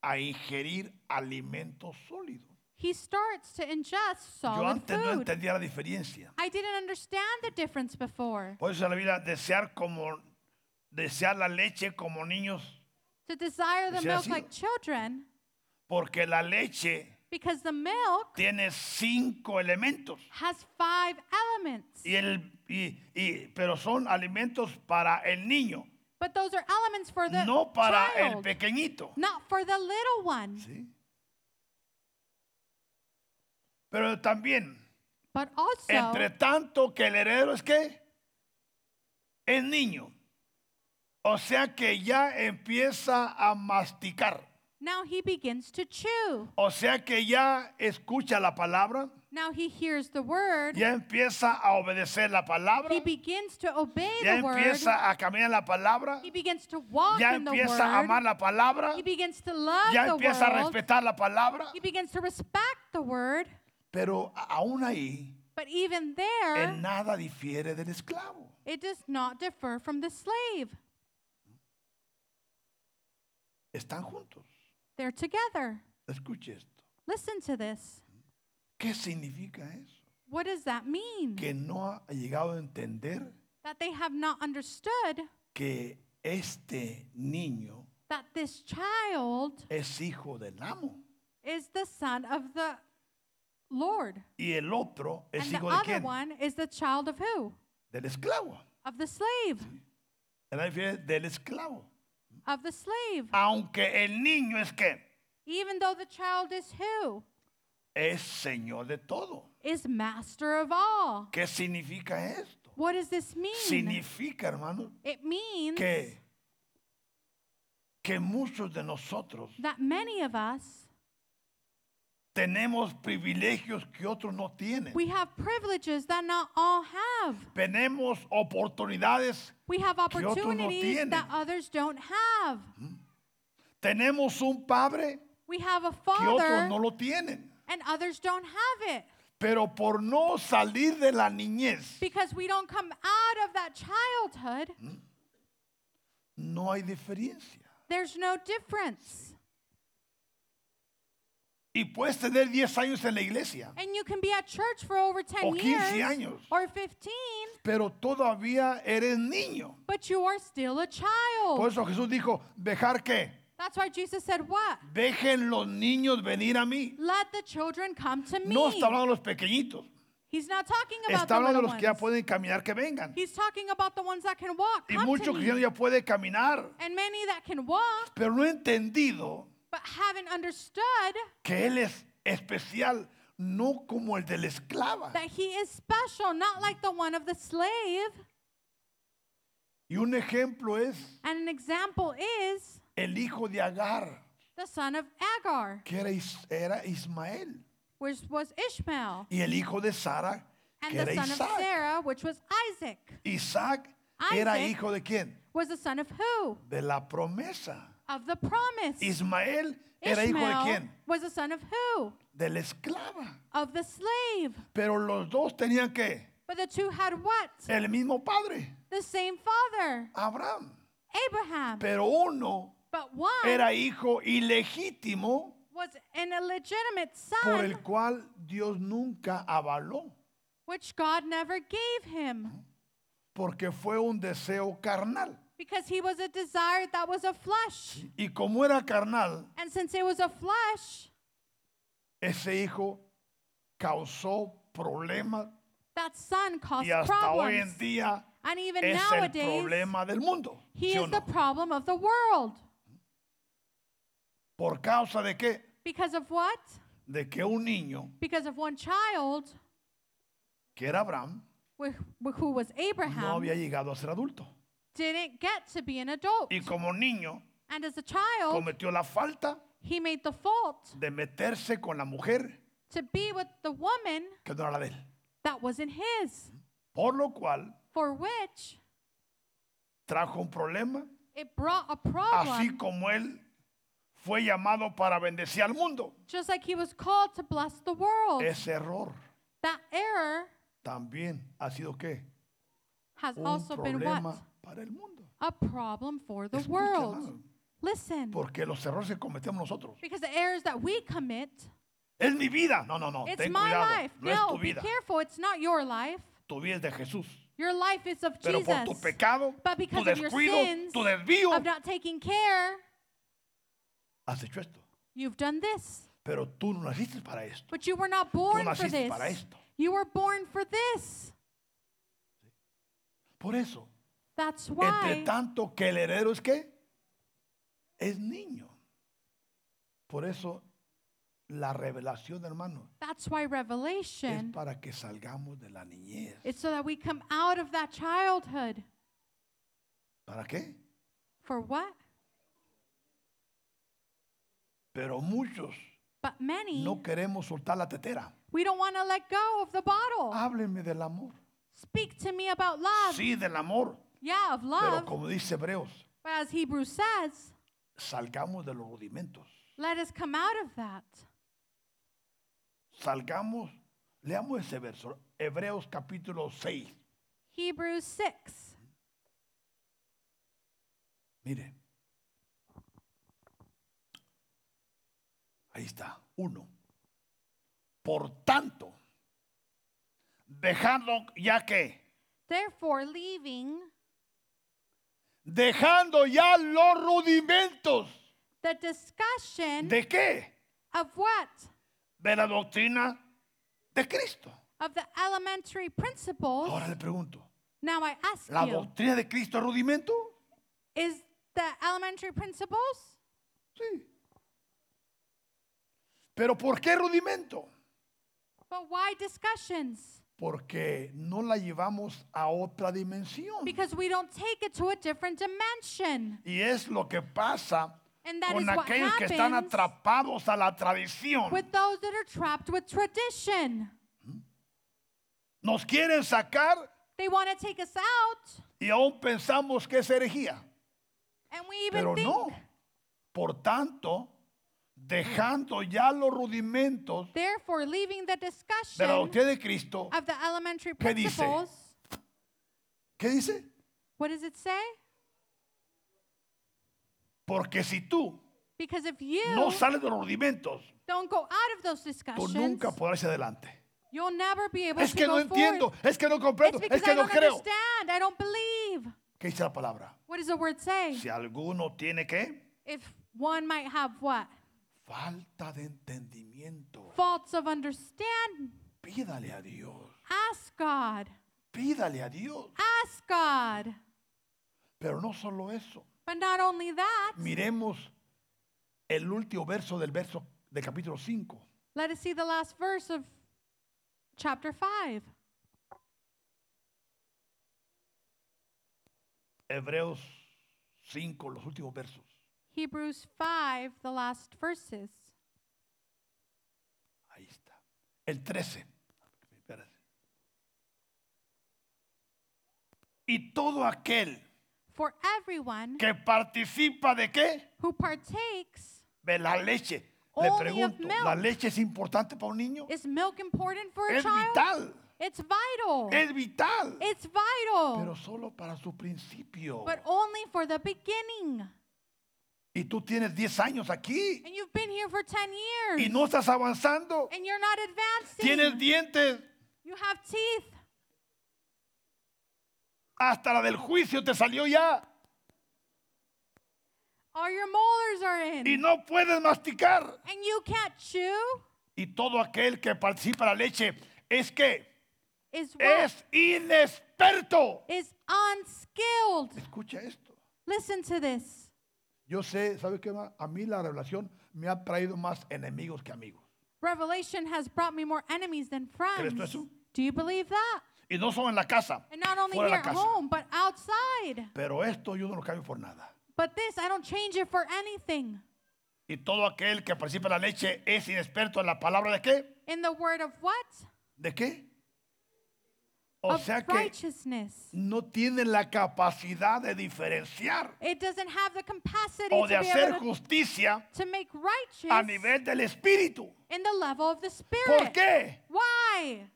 [SPEAKER 1] a ingerir alimento sólido.
[SPEAKER 2] he starts to ingest
[SPEAKER 1] Yo
[SPEAKER 2] solid
[SPEAKER 1] antes no
[SPEAKER 2] food.
[SPEAKER 1] entendía la diferencia.
[SPEAKER 2] I didn't understand the difference before.
[SPEAKER 1] Por eso la vida desear como desear la leche como niños,
[SPEAKER 2] To desire the
[SPEAKER 1] Ese ha
[SPEAKER 2] milk
[SPEAKER 1] sido.
[SPEAKER 2] like children,
[SPEAKER 1] porque la leche
[SPEAKER 2] because the milk
[SPEAKER 1] tiene cinco elementos.
[SPEAKER 2] has five elements.
[SPEAKER 1] Y el, y, y- pero son alimentos para el niño,
[SPEAKER 2] But those are elements for the
[SPEAKER 1] no para el
[SPEAKER 2] child,
[SPEAKER 1] pequeñito.
[SPEAKER 2] not for the little one,
[SPEAKER 1] ¿sí? Pero también,
[SPEAKER 2] but also
[SPEAKER 1] entre tanto que el heredero es que es niño. O sea que ya empieza a masticar.
[SPEAKER 2] Now he begins to chew.
[SPEAKER 1] O sea que ya escucha la palabra,
[SPEAKER 2] Now he hears the word.
[SPEAKER 1] ya empieza a obedecer la palabra,
[SPEAKER 2] He begins to obey
[SPEAKER 1] ya
[SPEAKER 2] the word.
[SPEAKER 1] empieza a caminar la palabra,
[SPEAKER 2] He begins to walk
[SPEAKER 1] ya
[SPEAKER 2] in the word.
[SPEAKER 1] empieza a amar la palabra,
[SPEAKER 2] He begins to love
[SPEAKER 1] ya
[SPEAKER 2] the
[SPEAKER 1] empieza a
[SPEAKER 2] word.
[SPEAKER 1] respetar la palabra.
[SPEAKER 2] He begins to respect the word.
[SPEAKER 1] Pero a- aún ahí,
[SPEAKER 2] But even there,
[SPEAKER 1] en nada difiere del esclavo.
[SPEAKER 2] it does not differ from the slave.
[SPEAKER 1] Están juntos.
[SPEAKER 2] They're together.
[SPEAKER 1] Escuche esto.
[SPEAKER 2] Listen to this.
[SPEAKER 1] ¿Qué significa eso?
[SPEAKER 2] What does that mean?
[SPEAKER 1] Que no ha llegado a entender
[SPEAKER 2] That they have not understood
[SPEAKER 1] que este niño
[SPEAKER 2] that this child
[SPEAKER 1] es hijo del amo
[SPEAKER 2] is the son of the Lord.
[SPEAKER 1] y el otro es
[SPEAKER 2] And the
[SPEAKER 1] hijo de
[SPEAKER 2] other
[SPEAKER 1] quién?
[SPEAKER 2] one is the child of who?
[SPEAKER 1] Del esclavo.
[SPEAKER 2] Of the slave.
[SPEAKER 1] En la diferencia del esclavo.
[SPEAKER 2] Of the slave.
[SPEAKER 1] Aunque el niño es que
[SPEAKER 2] Even though the child is who?
[SPEAKER 1] es señor de todo.
[SPEAKER 2] Is master of all.
[SPEAKER 1] ¿Qué significa esto?
[SPEAKER 2] What does this mean?
[SPEAKER 1] Significa, hermano,
[SPEAKER 2] It means
[SPEAKER 1] que que muchos de nosotros
[SPEAKER 2] that many of us,
[SPEAKER 1] tenemos privilegios que otros no tienen.
[SPEAKER 2] we have privileges that not all have.
[SPEAKER 1] Tenemos oportunidades,
[SPEAKER 2] We have
[SPEAKER 1] otros no
[SPEAKER 2] opportunities
[SPEAKER 1] tienen.
[SPEAKER 2] that others don't have.
[SPEAKER 1] tenemos un padre
[SPEAKER 2] We have a
[SPEAKER 1] que otros
[SPEAKER 2] father
[SPEAKER 1] no lo tienen.
[SPEAKER 2] and others don't have it
[SPEAKER 1] Pero por no salir de la niñez,
[SPEAKER 2] because we don't come out of that childhood.
[SPEAKER 1] Mm. no hay diferencia.
[SPEAKER 2] There's no difference.
[SPEAKER 1] Y puedes tener 10 años en la iglesia,
[SPEAKER 2] And you can be at church for over 10
[SPEAKER 1] O 15
[SPEAKER 2] years
[SPEAKER 1] años.
[SPEAKER 2] or 15,
[SPEAKER 1] pero todavía eres niño.
[SPEAKER 2] but you are still a child.
[SPEAKER 1] Por eso Jesús dijo, dejar que
[SPEAKER 2] That's why Jesus said, What?
[SPEAKER 1] dejen los niños venir a mí.
[SPEAKER 2] Let the children come to me.
[SPEAKER 1] No está hablando de los pequeñitos,
[SPEAKER 2] He's not talking about
[SPEAKER 1] está
[SPEAKER 2] the
[SPEAKER 1] hablando de
[SPEAKER 2] little
[SPEAKER 1] los que ya
[SPEAKER 2] ones.
[SPEAKER 1] pueden caminar que vengan.
[SPEAKER 2] He's talking about the ones that can walk.
[SPEAKER 1] Y
[SPEAKER 2] come to
[SPEAKER 1] muchos
[SPEAKER 2] me.
[SPEAKER 1] cristianos ya pueden caminar,
[SPEAKER 2] And many that can walk
[SPEAKER 1] pero no he entendido
[SPEAKER 2] but haven't understood
[SPEAKER 1] que Él es especial, no como el del esclava.
[SPEAKER 2] that he is special, not like the one of the slave.
[SPEAKER 1] Y un ejemplo es
[SPEAKER 2] And an example is
[SPEAKER 1] el hijo de Agar,
[SPEAKER 2] the son of Agar,
[SPEAKER 1] que era, Is- era Ismael,
[SPEAKER 2] which was Ishmael,
[SPEAKER 1] y el hijo de Sara,
[SPEAKER 2] and
[SPEAKER 1] que era
[SPEAKER 2] the son of
[SPEAKER 1] Isaac.
[SPEAKER 2] Sarah, which was Isaac.
[SPEAKER 1] Isaac era
[SPEAKER 2] Isaac.
[SPEAKER 1] hijo de quién?
[SPEAKER 2] Was the son of who?
[SPEAKER 1] De la promesa.
[SPEAKER 2] Of the promise.
[SPEAKER 1] Ismael era hijo de
[SPEAKER 2] Ishmael
[SPEAKER 1] quién?
[SPEAKER 2] was the son of who?
[SPEAKER 1] De la esclava.
[SPEAKER 2] Of the slave.
[SPEAKER 1] Pero los dos tenían que
[SPEAKER 2] But the two had what?
[SPEAKER 1] el mismo padre,
[SPEAKER 2] The same father,
[SPEAKER 1] Abraham.
[SPEAKER 2] Abraham.
[SPEAKER 1] Pero uno
[SPEAKER 2] But one
[SPEAKER 1] era hijo ilegítimo
[SPEAKER 2] was an illegitimate
[SPEAKER 1] por el
[SPEAKER 2] son,
[SPEAKER 1] cual Dios nunca avaló,
[SPEAKER 2] which God never gave him,
[SPEAKER 1] porque fue un deseo carnal.
[SPEAKER 2] because he was a desire that was a flesh.
[SPEAKER 1] Y como era carnal,
[SPEAKER 2] And since it was a flesh,
[SPEAKER 1] ese hijo causó problemas
[SPEAKER 2] that son caused
[SPEAKER 1] y hasta hoy
[SPEAKER 2] problems.
[SPEAKER 1] en día
[SPEAKER 2] And even
[SPEAKER 1] es el
[SPEAKER 2] nowadays,
[SPEAKER 1] problema del mundo.
[SPEAKER 2] he
[SPEAKER 1] ¿sí o
[SPEAKER 2] is the
[SPEAKER 1] no?
[SPEAKER 2] problem of the world.
[SPEAKER 1] ¿Por causa de qué?
[SPEAKER 2] Because of what?
[SPEAKER 1] De que un niño,
[SPEAKER 2] Because of one child
[SPEAKER 1] que era Abraham,
[SPEAKER 2] wh- wh- who was
[SPEAKER 1] no
[SPEAKER 2] Abraham
[SPEAKER 1] había llegado a ser adulto.
[SPEAKER 2] didn't get to be an adult.
[SPEAKER 1] Y como niño
[SPEAKER 2] And as a child,
[SPEAKER 1] cometió la falta
[SPEAKER 2] he made the fault
[SPEAKER 1] de meterse con la mujer
[SPEAKER 2] to be with the woman
[SPEAKER 1] que no era la de él.
[SPEAKER 2] that wasn't his,
[SPEAKER 1] Mm-hmm. Por lo cual
[SPEAKER 2] for which
[SPEAKER 1] trajo un problema,
[SPEAKER 2] it brought a
[SPEAKER 1] así
[SPEAKER 2] problem,
[SPEAKER 1] como él fue llamado para bendecir al mundo.
[SPEAKER 2] just like he was called to bless the world.
[SPEAKER 1] Ese error
[SPEAKER 2] That error
[SPEAKER 1] también ha sido qué?
[SPEAKER 2] has
[SPEAKER 1] Un
[SPEAKER 2] also been what?
[SPEAKER 1] problema para el mundo.
[SPEAKER 2] A problem for the
[SPEAKER 1] Escucha,
[SPEAKER 2] world.
[SPEAKER 1] hermano,
[SPEAKER 2] Listen,
[SPEAKER 1] Porque los errores que cometemos nosotros
[SPEAKER 2] because the errors that we commit,
[SPEAKER 1] es mi vida. No, no, no.
[SPEAKER 2] it's
[SPEAKER 1] ten
[SPEAKER 2] my
[SPEAKER 1] cuidado.
[SPEAKER 2] life.
[SPEAKER 1] No es
[SPEAKER 2] No,
[SPEAKER 1] tu
[SPEAKER 2] be
[SPEAKER 1] vida.
[SPEAKER 2] careful, it's not your life.
[SPEAKER 1] Tu vida es de Jesús.
[SPEAKER 2] Your life is of
[SPEAKER 1] Pero por tu
[SPEAKER 2] Jesus.
[SPEAKER 1] pecado,
[SPEAKER 2] But
[SPEAKER 1] tu
[SPEAKER 2] because of your
[SPEAKER 1] descuido,
[SPEAKER 2] sins,
[SPEAKER 1] tu desvío,
[SPEAKER 2] of not taking care,
[SPEAKER 1] has hecho esto.
[SPEAKER 2] you've done this.
[SPEAKER 1] Pero tú no naciste para esto.
[SPEAKER 2] But you were not born for
[SPEAKER 1] naciste
[SPEAKER 2] this.
[SPEAKER 1] para esto.
[SPEAKER 2] You were born for this.
[SPEAKER 1] Por eso,
[SPEAKER 2] That's
[SPEAKER 1] entre
[SPEAKER 2] why.
[SPEAKER 1] tanto que el heredero es qué? Es niño. Por eso la revelación, hermano,
[SPEAKER 2] That's why
[SPEAKER 1] es
[SPEAKER 2] revelation.
[SPEAKER 1] para que salgamos de la niñez.
[SPEAKER 2] It's so that we come out of that childhood.
[SPEAKER 1] ¿Para qué?
[SPEAKER 2] For what?
[SPEAKER 1] Pero muchos
[SPEAKER 2] But many,
[SPEAKER 1] no queremos soltar la tetera.
[SPEAKER 2] we don't want to let go of the bottle.
[SPEAKER 1] Háblenme del amor.
[SPEAKER 2] Speak to me about love.
[SPEAKER 1] Ah. Sí, del amor.
[SPEAKER 2] Yeah, of
[SPEAKER 1] Pero
[SPEAKER 2] love.
[SPEAKER 1] como dice Hebreos,
[SPEAKER 2] But as Hebrews says,
[SPEAKER 1] salgamos de los rudimentos.
[SPEAKER 2] let us come out of that.
[SPEAKER 1] Salgamos, leamos ese verso, Hebreos capítulo 6.
[SPEAKER 2] Hebrews 6.
[SPEAKER 1] Mire. Ahí está, uno. Por tanto, dejando ya que,
[SPEAKER 2] Therefore, leaving
[SPEAKER 1] dejando ya los rudimentos.
[SPEAKER 2] the discussion
[SPEAKER 1] ¿De qué?
[SPEAKER 2] of what?
[SPEAKER 1] De la doctrina de Cristo.
[SPEAKER 2] Of the elementary principles.
[SPEAKER 1] Ahora le pregunto,
[SPEAKER 2] Now I ask
[SPEAKER 1] ¿la
[SPEAKER 2] you,
[SPEAKER 1] doctrina de Cristo es rudimento?
[SPEAKER 2] is the elementary principles?
[SPEAKER 1] Sí. ¿Pero por qué rudimento?
[SPEAKER 2] But why discussions?
[SPEAKER 1] Porque no la llevamos a otra dimensión.
[SPEAKER 2] Because we don't take it to a different dimension.
[SPEAKER 1] Y es lo que pasa
[SPEAKER 2] And that
[SPEAKER 1] con
[SPEAKER 2] is what
[SPEAKER 1] aquellos que están
[SPEAKER 2] happens
[SPEAKER 1] atrapados a la tradición.
[SPEAKER 2] With those that are trapped with tradition,
[SPEAKER 1] Nos quieren sacar
[SPEAKER 2] they want to take us out,
[SPEAKER 1] y aún pensamos que es herejía.
[SPEAKER 2] and we even
[SPEAKER 1] Pero
[SPEAKER 2] think,
[SPEAKER 1] no. Por tanto, dejando ya los rudimentos
[SPEAKER 2] therefore, leaving the
[SPEAKER 1] de la
[SPEAKER 2] discussion
[SPEAKER 1] doctrina de Cristo,
[SPEAKER 2] of the elementary
[SPEAKER 1] ¿Qué dice?
[SPEAKER 2] principles,
[SPEAKER 1] ¿qué dice?
[SPEAKER 2] what does it say?
[SPEAKER 1] Porque si tú
[SPEAKER 2] Because if you
[SPEAKER 1] no sales de los rudimentos,
[SPEAKER 2] don't go out of those
[SPEAKER 1] tú
[SPEAKER 2] discussions,
[SPEAKER 1] nunca podrás ir adelante.
[SPEAKER 2] you'll never be able
[SPEAKER 1] Es
[SPEAKER 2] to
[SPEAKER 1] que
[SPEAKER 2] go
[SPEAKER 1] no entiendo,
[SPEAKER 2] forward.
[SPEAKER 1] es que no
[SPEAKER 2] It's
[SPEAKER 1] comprendo,
[SPEAKER 2] because
[SPEAKER 1] es que
[SPEAKER 2] I
[SPEAKER 1] no
[SPEAKER 2] don't
[SPEAKER 1] creo.
[SPEAKER 2] understand. I don't believe.
[SPEAKER 1] ¿Qué dice la palabra?
[SPEAKER 2] What does the word say?
[SPEAKER 1] Si alguno tiene que
[SPEAKER 2] If one might have what?
[SPEAKER 1] falta de entendimiento,
[SPEAKER 2] Faults of understanding.
[SPEAKER 1] pídale a Dios.
[SPEAKER 2] Ask God.
[SPEAKER 1] Pídale a Dios.
[SPEAKER 2] Ask God.
[SPEAKER 1] Pero no solo eso.
[SPEAKER 2] But not only that,
[SPEAKER 1] Miremos el último verso del verso del capítulo 5.
[SPEAKER 2] let us see the last verse of chapter 5.
[SPEAKER 1] Hebreos 5, los últimos versos.
[SPEAKER 2] Hebrews 5, the last verses.
[SPEAKER 1] Ahí está. El 13. Espérate. Y todo aquel
[SPEAKER 2] For everyone
[SPEAKER 1] que participa de qué?
[SPEAKER 2] who partakes,
[SPEAKER 1] De la leche. Le
[SPEAKER 2] Only of
[SPEAKER 1] pregunto,
[SPEAKER 2] milk.
[SPEAKER 1] ¿la leche es importante para un niño?
[SPEAKER 2] Oh, is milk important for a
[SPEAKER 1] Es
[SPEAKER 2] child?
[SPEAKER 1] vital.
[SPEAKER 2] It's vital.
[SPEAKER 1] Es vital.
[SPEAKER 2] It's vital.
[SPEAKER 1] Pero solo para su principio.
[SPEAKER 2] but only for the beginning.
[SPEAKER 1] Y tú tienes 10 años aquí
[SPEAKER 2] And you've been here for 10
[SPEAKER 1] y
[SPEAKER 2] years.
[SPEAKER 1] no estás avanzando.
[SPEAKER 2] And you're not
[SPEAKER 1] Tienes
[SPEAKER 2] advancing.
[SPEAKER 1] dientes.
[SPEAKER 2] You have teeth.
[SPEAKER 1] Hasta la del juicio te salió ya.
[SPEAKER 2] All your molars are in.
[SPEAKER 1] Y no puedes masticar.
[SPEAKER 2] And you can't chew.
[SPEAKER 1] Y todo aquel que participa la leche es que
[SPEAKER 2] Is what?
[SPEAKER 1] es inexperto.
[SPEAKER 2] Is unskilled.
[SPEAKER 1] Escucha esto.
[SPEAKER 2] Listen to this.
[SPEAKER 1] Yo sé, ¿sabes qué? ma? A mí la revelación me ha traído más enemigos que amigos.
[SPEAKER 2] Revelation has brought me more enemies than friends.
[SPEAKER 1] eso?
[SPEAKER 2] Do you believe that?
[SPEAKER 1] Y Eh, no solo en la casa,
[SPEAKER 2] And not only
[SPEAKER 1] fuera de
[SPEAKER 2] here
[SPEAKER 1] la
[SPEAKER 2] at
[SPEAKER 1] casa.
[SPEAKER 2] home, but outside.
[SPEAKER 1] Pero esto yo no lo cambio por nada.
[SPEAKER 2] But this, I don't change it for anything.
[SPEAKER 1] Y todo aquel que participa en la leche es inexperto en la palabra de qué?
[SPEAKER 2] In the word of what?
[SPEAKER 1] ¿De qué? O
[SPEAKER 2] of
[SPEAKER 1] sea que
[SPEAKER 2] righteousness.
[SPEAKER 1] no tiene la capacidad de diferenciar
[SPEAKER 2] It doesn't have the capacity
[SPEAKER 1] o de
[SPEAKER 2] to be
[SPEAKER 1] hacer
[SPEAKER 2] able to,
[SPEAKER 1] justicia
[SPEAKER 2] to make
[SPEAKER 1] a
[SPEAKER 2] righteous
[SPEAKER 1] nivel del espíritu.
[SPEAKER 2] in the level of the spirit.
[SPEAKER 1] ¿Por qué?
[SPEAKER 2] Why?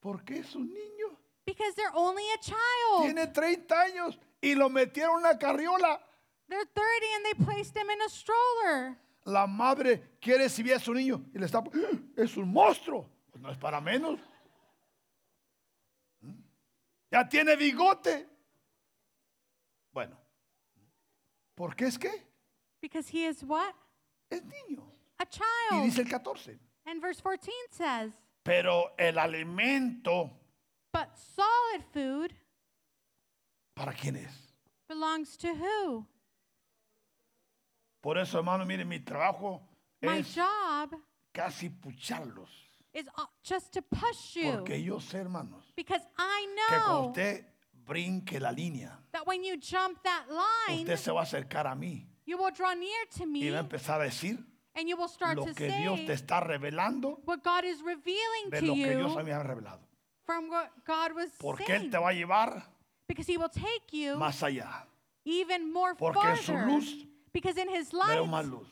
[SPEAKER 1] Porque es un niño.
[SPEAKER 2] Because they're only a child.
[SPEAKER 1] Tiene 30 años y lo metieron en una carriola.
[SPEAKER 2] They're 30 and they placed them in a stroller.
[SPEAKER 1] La madre quiere recibir a su niño y le está. ¡Ah! Es un monstruo. Pues no es para menos. ¿Mm? Ya tiene bigote. Bueno, ¿por qué es que
[SPEAKER 2] Because he is what?
[SPEAKER 1] es niño?
[SPEAKER 2] A
[SPEAKER 1] Y
[SPEAKER 2] child.
[SPEAKER 1] dice el 14.
[SPEAKER 2] And verse 14 says,
[SPEAKER 1] Pero el alimento,
[SPEAKER 2] But solid food
[SPEAKER 1] ¿para quién es?
[SPEAKER 2] belongs to who?
[SPEAKER 1] Por eso, hermano, miren, mi trabajo
[SPEAKER 2] My
[SPEAKER 1] es
[SPEAKER 2] job
[SPEAKER 1] casi pucharlos.
[SPEAKER 2] is uh, just to push you.
[SPEAKER 1] Porque yo sé, hermanos,
[SPEAKER 2] Because I
[SPEAKER 1] que cuando
[SPEAKER 2] know
[SPEAKER 1] usted brinque la línea,
[SPEAKER 2] that when you jump that line,
[SPEAKER 1] usted se va a acercar a mí
[SPEAKER 2] you will draw near to
[SPEAKER 1] y
[SPEAKER 2] me
[SPEAKER 1] va a empezar a decir
[SPEAKER 2] and you will start
[SPEAKER 1] lo
[SPEAKER 2] to
[SPEAKER 1] que Dios te
[SPEAKER 2] say
[SPEAKER 1] está revelando
[SPEAKER 2] what God is revealing
[SPEAKER 1] de
[SPEAKER 2] to
[SPEAKER 1] lo que Dios
[SPEAKER 2] you
[SPEAKER 1] había revelado.
[SPEAKER 2] from what God was
[SPEAKER 1] Porque Él
[SPEAKER 2] saying.
[SPEAKER 1] te va a llevar
[SPEAKER 2] Because he will take you
[SPEAKER 1] más allá.
[SPEAKER 2] even more
[SPEAKER 1] Porque en su
[SPEAKER 2] farther.
[SPEAKER 1] luz
[SPEAKER 2] because in his
[SPEAKER 1] Veo más
[SPEAKER 2] light,
[SPEAKER 1] luz.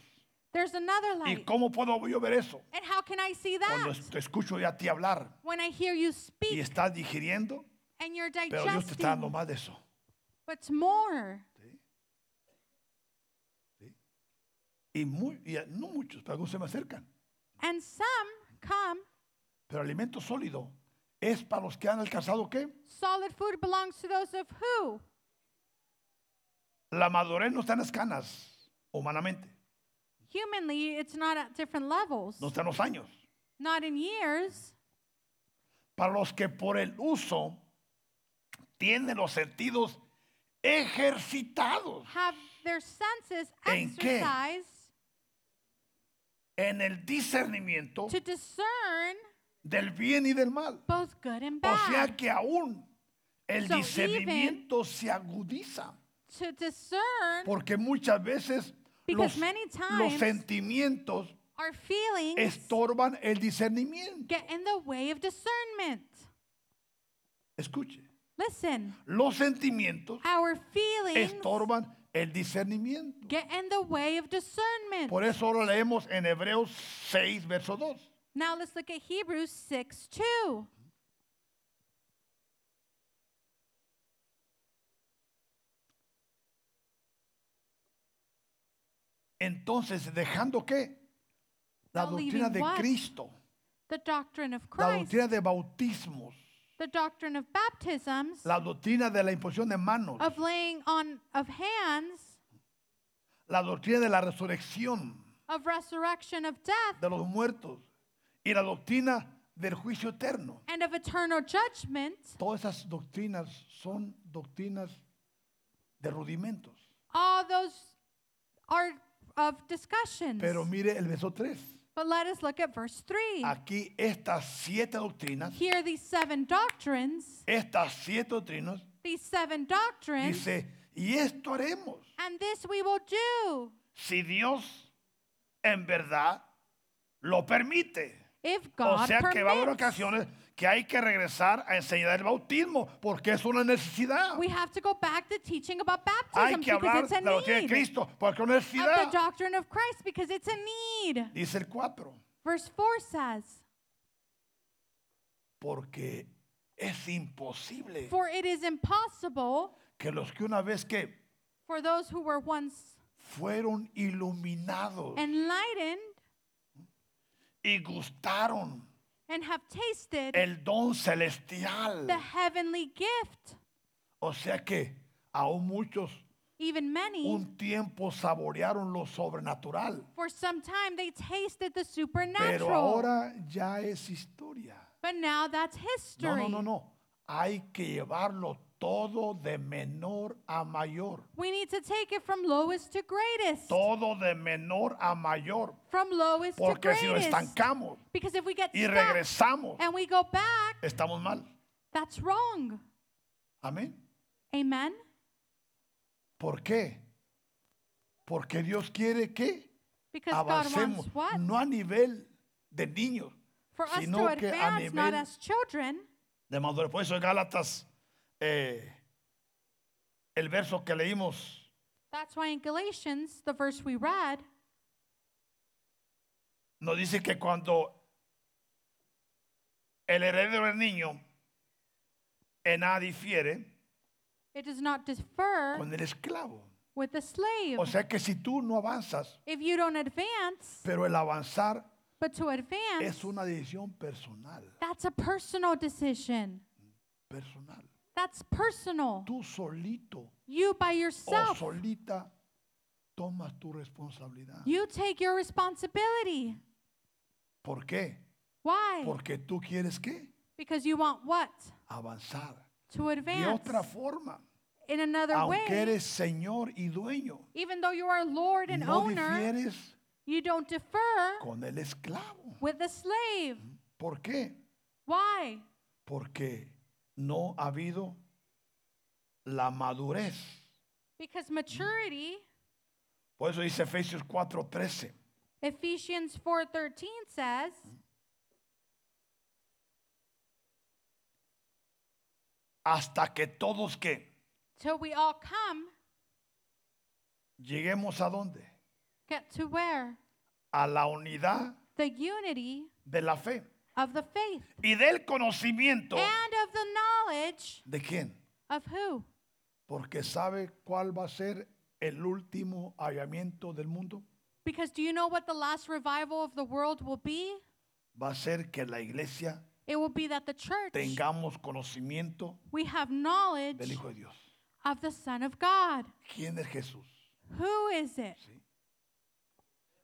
[SPEAKER 2] there's another
[SPEAKER 1] ¿Y
[SPEAKER 2] light.
[SPEAKER 1] cómo puedo yo ver eso?
[SPEAKER 2] And how can I see
[SPEAKER 1] Cuando
[SPEAKER 2] that?
[SPEAKER 1] es- te escucho yo a ti hablar
[SPEAKER 2] When I hear you
[SPEAKER 1] y
[SPEAKER 2] speak
[SPEAKER 1] estás digiriendo,
[SPEAKER 2] and you're
[SPEAKER 1] pero Dios te está dando
[SPEAKER 2] digesting.
[SPEAKER 1] más de eso.
[SPEAKER 2] What's more?
[SPEAKER 1] Y, muy, y a- no muchos, pero algunos se me acercan.
[SPEAKER 2] And some come,
[SPEAKER 1] Pero alimento sólido es para los que han alcanzado qué?
[SPEAKER 2] solid food belongs to those of who?
[SPEAKER 1] La madurez no está en las canas, humanamente.
[SPEAKER 2] Humanly, it's not at different levels,
[SPEAKER 1] No está en los años.
[SPEAKER 2] not in years,
[SPEAKER 1] para los que por el uso tienen los sentidos ejercitados
[SPEAKER 2] have their senses
[SPEAKER 1] ¿En qué?
[SPEAKER 2] exercised
[SPEAKER 1] en el discernimiento
[SPEAKER 2] to discern
[SPEAKER 1] del bien y del mal.
[SPEAKER 2] both good and
[SPEAKER 1] O sea
[SPEAKER 2] bad.
[SPEAKER 1] que aún el
[SPEAKER 2] So
[SPEAKER 1] discernimiento se agudiza,
[SPEAKER 2] To discern
[SPEAKER 1] porque muchas veces los,
[SPEAKER 2] Because many
[SPEAKER 1] los
[SPEAKER 2] times
[SPEAKER 1] sentimientos
[SPEAKER 2] our feelings
[SPEAKER 1] estorban el discernimiento.
[SPEAKER 2] get in the way of discernment.
[SPEAKER 1] Escuche,
[SPEAKER 2] Listen,
[SPEAKER 1] los sentimientos
[SPEAKER 2] our feelings
[SPEAKER 1] estorban el discernimiento.
[SPEAKER 2] get in the way of discernment.
[SPEAKER 1] Por e- eso lo leemos en Hebreos 6, verso 2.
[SPEAKER 2] Now let's look at Hebrews 6 2.
[SPEAKER 1] Entonces, dejando qué? La
[SPEAKER 2] Now,
[SPEAKER 1] doctrina
[SPEAKER 2] leaving
[SPEAKER 1] de
[SPEAKER 2] what?
[SPEAKER 1] Cristo,
[SPEAKER 2] The doctrine of
[SPEAKER 1] la
[SPEAKER 2] Christ,
[SPEAKER 1] doctrina de bautismos,
[SPEAKER 2] the doctrine of baptisms,
[SPEAKER 1] la doctrina de la imposición de manos,
[SPEAKER 2] of laying on of hands,
[SPEAKER 1] la doctrina de la resurrección
[SPEAKER 2] of resurrection of death,
[SPEAKER 1] de los muertos y la doctrina del juicio eterno.
[SPEAKER 2] and of eternal judgment.
[SPEAKER 1] Todas esas doctrinas son doctrinas de rudimentos.
[SPEAKER 2] All those are of discussions.
[SPEAKER 1] Pero mire el verso 3.
[SPEAKER 2] but let us look at verse 3.
[SPEAKER 1] Aquí estas siete doctrinas,
[SPEAKER 2] Here, these seven doctrines,
[SPEAKER 1] estas siete doctrinas,
[SPEAKER 2] these seven doctrines,
[SPEAKER 1] dice, y esto haremos.
[SPEAKER 2] and this we will do
[SPEAKER 1] si Dios en verdad lo permite.
[SPEAKER 2] if
[SPEAKER 1] O
[SPEAKER 2] God
[SPEAKER 1] sea que va a haber
[SPEAKER 2] permits.
[SPEAKER 1] ocasiones que hay que regresar a enseñar el bautismo porque es una necesidad.
[SPEAKER 2] We have to go back to teaching about
[SPEAKER 1] Hay
[SPEAKER 2] baptism
[SPEAKER 1] que
[SPEAKER 2] because
[SPEAKER 1] hablar
[SPEAKER 2] it's
[SPEAKER 1] de
[SPEAKER 2] a
[SPEAKER 1] la doctrina de
[SPEAKER 2] need.
[SPEAKER 1] Cristo porque es una
[SPEAKER 2] Of the
[SPEAKER 1] necesidad.
[SPEAKER 2] doctrine of Christ because it's a need.
[SPEAKER 1] Dice el 4,
[SPEAKER 2] Verse 4 says,
[SPEAKER 1] porque es imposible
[SPEAKER 2] For it is impossible
[SPEAKER 1] que los que una vez que
[SPEAKER 2] for those who were once
[SPEAKER 1] fueron iluminados
[SPEAKER 2] enlightened
[SPEAKER 1] y gustaron
[SPEAKER 2] and have tasted
[SPEAKER 1] el don celestial.
[SPEAKER 2] the heavenly gift.
[SPEAKER 1] O sea que aún muchos
[SPEAKER 2] Even many,
[SPEAKER 1] un tiempo saborearon lo sobrenatural,
[SPEAKER 2] for some time, they tasted the
[SPEAKER 1] pero
[SPEAKER 2] supernatural.
[SPEAKER 1] ahora ya es historia.
[SPEAKER 2] But now that's
[SPEAKER 1] No, no,
[SPEAKER 2] history.
[SPEAKER 1] no, no. Hay que llevarlo todo de menor a mayor.
[SPEAKER 2] We need to take it from lowest to greatest.
[SPEAKER 1] Todo de menor a mayor.
[SPEAKER 2] From lowest to
[SPEAKER 1] Porque si nos
[SPEAKER 2] greatest.
[SPEAKER 1] estancamos
[SPEAKER 2] Because if we get
[SPEAKER 1] y
[SPEAKER 2] stuck
[SPEAKER 1] regresamos,
[SPEAKER 2] and we go back,
[SPEAKER 1] estamos mal.
[SPEAKER 2] that's wrong.
[SPEAKER 1] Amén.
[SPEAKER 2] Amen?
[SPEAKER 1] ¿Por qué? Porque Dios quiere que
[SPEAKER 2] Because God
[SPEAKER 1] avancemos,
[SPEAKER 2] wants what?
[SPEAKER 1] no a nivel de niños,
[SPEAKER 2] For us
[SPEAKER 1] sino
[SPEAKER 2] to
[SPEAKER 1] que a
[SPEAKER 2] advance, not
[SPEAKER 1] nivel
[SPEAKER 2] as children.
[SPEAKER 1] de madurez. Por eso en Gálatas, eh, el verso que leímos,
[SPEAKER 2] That's why in Galatians, the verse we read,
[SPEAKER 1] nos dice que cuando el heredero del niño en nada difiere
[SPEAKER 2] it does not differ
[SPEAKER 1] con el esclavo.
[SPEAKER 2] with the slave.
[SPEAKER 1] O sea que si tú no avanzas,
[SPEAKER 2] If you don't advance,
[SPEAKER 1] pero el avanzar
[SPEAKER 2] but to advance,
[SPEAKER 1] es una decisión personal,
[SPEAKER 2] that's a personal decision.
[SPEAKER 1] personal.
[SPEAKER 2] That's personal.
[SPEAKER 1] Tú solito
[SPEAKER 2] You by
[SPEAKER 1] o
[SPEAKER 2] yourself,
[SPEAKER 1] solita tomas tu responsabilidad.
[SPEAKER 2] you take your responsibility.
[SPEAKER 1] ¿Por qué?
[SPEAKER 2] Why?
[SPEAKER 1] Porque tú quieres qué?
[SPEAKER 2] Because you want what?
[SPEAKER 1] Avanzar.
[SPEAKER 2] To
[SPEAKER 1] De
[SPEAKER 2] advance
[SPEAKER 1] otra forma,
[SPEAKER 2] in another
[SPEAKER 1] aunque
[SPEAKER 2] way.
[SPEAKER 1] eres señor y dueño,
[SPEAKER 2] Even though you are Lord and
[SPEAKER 1] no
[SPEAKER 2] owner,
[SPEAKER 1] difieres
[SPEAKER 2] you don't differ
[SPEAKER 1] con el esclavo.
[SPEAKER 2] with the slave.
[SPEAKER 1] ¿Por qué?
[SPEAKER 2] Why?
[SPEAKER 1] Porque no ha habido la madurez.
[SPEAKER 2] Because maturity,
[SPEAKER 1] Por eso dice Efesios 4:13.
[SPEAKER 2] Ephesians 4:13 says,
[SPEAKER 1] Hasta que todos que
[SPEAKER 2] till we all come,
[SPEAKER 1] lleguemos a dónde?
[SPEAKER 2] get to where?
[SPEAKER 1] A la unidad
[SPEAKER 2] The unity
[SPEAKER 1] de la fe
[SPEAKER 2] of the faith
[SPEAKER 1] y del conocimiento.
[SPEAKER 2] and of the knowledge
[SPEAKER 1] ¿De quién?
[SPEAKER 2] of who?
[SPEAKER 1] Porque sabe cuál va a ser el último hallamiento del mundo.
[SPEAKER 2] Because do you know what the last revival of the world will be?
[SPEAKER 1] Va a ser que la iglesia
[SPEAKER 2] It will be that the church,
[SPEAKER 1] tengamos conocimiento
[SPEAKER 2] we have
[SPEAKER 1] del
[SPEAKER 2] knowledge
[SPEAKER 1] Hijo de Dios.
[SPEAKER 2] of the Son of God.
[SPEAKER 1] ¿Quién es Jesús?
[SPEAKER 2] Who is it?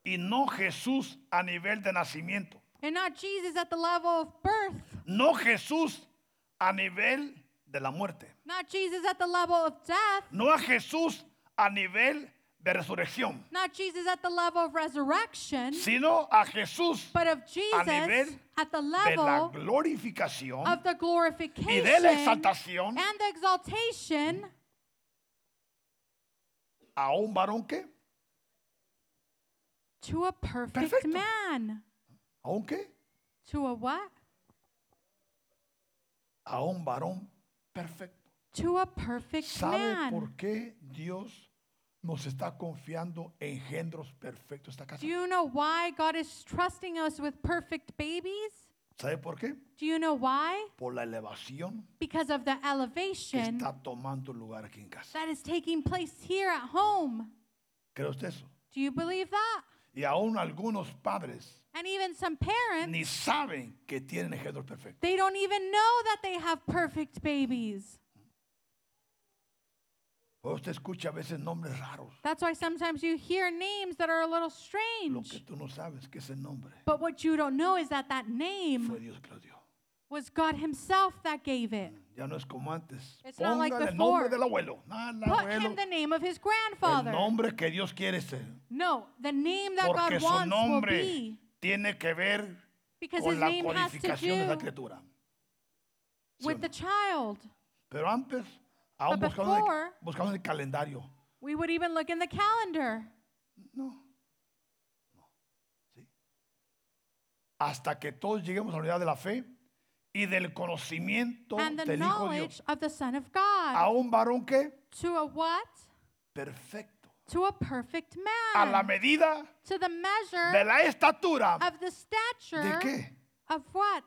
[SPEAKER 1] Y no Jesús a nivel de nacimiento.
[SPEAKER 2] And not Jesus at the level of birth,
[SPEAKER 1] No Jesús a nivel de la muerte.
[SPEAKER 2] not Jesus at the level of death,
[SPEAKER 1] No a Jesús a nivel de resurrección.
[SPEAKER 2] not Jesus at the level of resurrection,
[SPEAKER 1] Sino a Jesús
[SPEAKER 2] but of Jesus
[SPEAKER 1] nivel
[SPEAKER 2] at the
[SPEAKER 1] de la
[SPEAKER 2] level
[SPEAKER 1] glorificación
[SPEAKER 2] of the
[SPEAKER 1] y de la
[SPEAKER 2] glorification
[SPEAKER 1] exaltación
[SPEAKER 2] and the exaltation
[SPEAKER 1] a un varón que,
[SPEAKER 2] to a perfect
[SPEAKER 1] Perfecto.
[SPEAKER 2] man.
[SPEAKER 1] a un qué?
[SPEAKER 2] To a what?
[SPEAKER 1] a un varón perfecto.
[SPEAKER 2] To a perfect
[SPEAKER 1] ¿Sabe por
[SPEAKER 2] man.
[SPEAKER 1] qué Dios nos está confiando engendros perfectos esta casa?
[SPEAKER 2] Do you know why God is trusting us with perfect babies?
[SPEAKER 1] ¿Sabe por qué?
[SPEAKER 2] Do you know why?
[SPEAKER 1] Por la elevación
[SPEAKER 2] Because of the
[SPEAKER 1] que
[SPEAKER 2] elevation
[SPEAKER 1] está tomando lugar aquí en casa.
[SPEAKER 2] that is taking place here at home.
[SPEAKER 1] ¿Cree usted eso?
[SPEAKER 2] Do you believe that?
[SPEAKER 1] Y aún algunos padres
[SPEAKER 2] And even some parents,
[SPEAKER 1] ni saben que tienen engendros perfectos.
[SPEAKER 2] they don't even know that they have perfect babies.
[SPEAKER 1] Pero usted escucha a veces nombres raros.
[SPEAKER 2] That's why sometimes you hear names that are a little
[SPEAKER 1] Lo que
[SPEAKER 2] strange.
[SPEAKER 1] tú no sabes que ese nombre
[SPEAKER 2] But what you don't know is that that
[SPEAKER 1] fue
[SPEAKER 2] name
[SPEAKER 1] Dios que lo dio.
[SPEAKER 2] was God Himself that gave it.
[SPEAKER 1] Ya no es como antes.
[SPEAKER 2] It's not like
[SPEAKER 1] Póngale el nombre
[SPEAKER 2] before.
[SPEAKER 1] del abuelo. No, el
[SPEAKER 2] Put him
[SPEAKER 1] abuelo.
[SPEAKER 2] the name of his
[SPEAKER 1] El
[SPEAKER 2] grandfather.
[SPEAKER 1] nombre que Dios quiere ser.
[SPEAKER 2] No, the name that
[SPEAKER 1] Porque
[SPEAKER 2] God
[SPEAKER 1] su
[SPEAKER 2] wants will
[SPEAKER 1] nombre
[SPEAKER 2] be
[SPEAKER 1] tiene que ver
[SPEAKER 2] because
[SPEAKER 1] con
[SPEAKER 2] his
[SPEAKER 1] la
[SPEAKER 2] name has to
[SPEAKER 1] codificación de la
[SPEAKER 2] do
[SPEAKER 1] criatura. ¿Sí o
[SPEAKER 2] with
[SPEAKER 1] no?
[SPEAKER 2] the child.
[SPEAKER 1] Pero antes, aún
[SPEAKER 2] But
[SPEAKER 1] buscamos el,
[SPEAKER 2] before-
[SPEAKER 1] buscamos el calendario.
[SPEAKER 2] We would even look in the calendar
[SPEAKER 1] No. No. ¿Sí? Hasta que todos lleguemos a la unidad de la fe y del conocimiento
[SPEAKER 2] and the
[SPEAKER 1] del Hijo de Dios.
[SPEAKER 2] knowledge of the Son of God
[SPEAKER 1] A un varón que
[SPEAKER 2] to a what?
[SPEAKER 1] perfecto.
[SPEAKER 2] To a perfect
[SPEAKER 1] A la
[SPEAKER 2] man.
[SPEAKER 1] medida
[SPEAKER 2] To
[SPEAKER 1] de
[SPEAKER 2] the measure
[SPEAKER 1] la estatura.
[SPEAKER 2] of the
[SPEAKER 1] ¿De
[SPEAKER 2] stature
[SPEAKER 1] qué?
[SPEAKER 2] of what?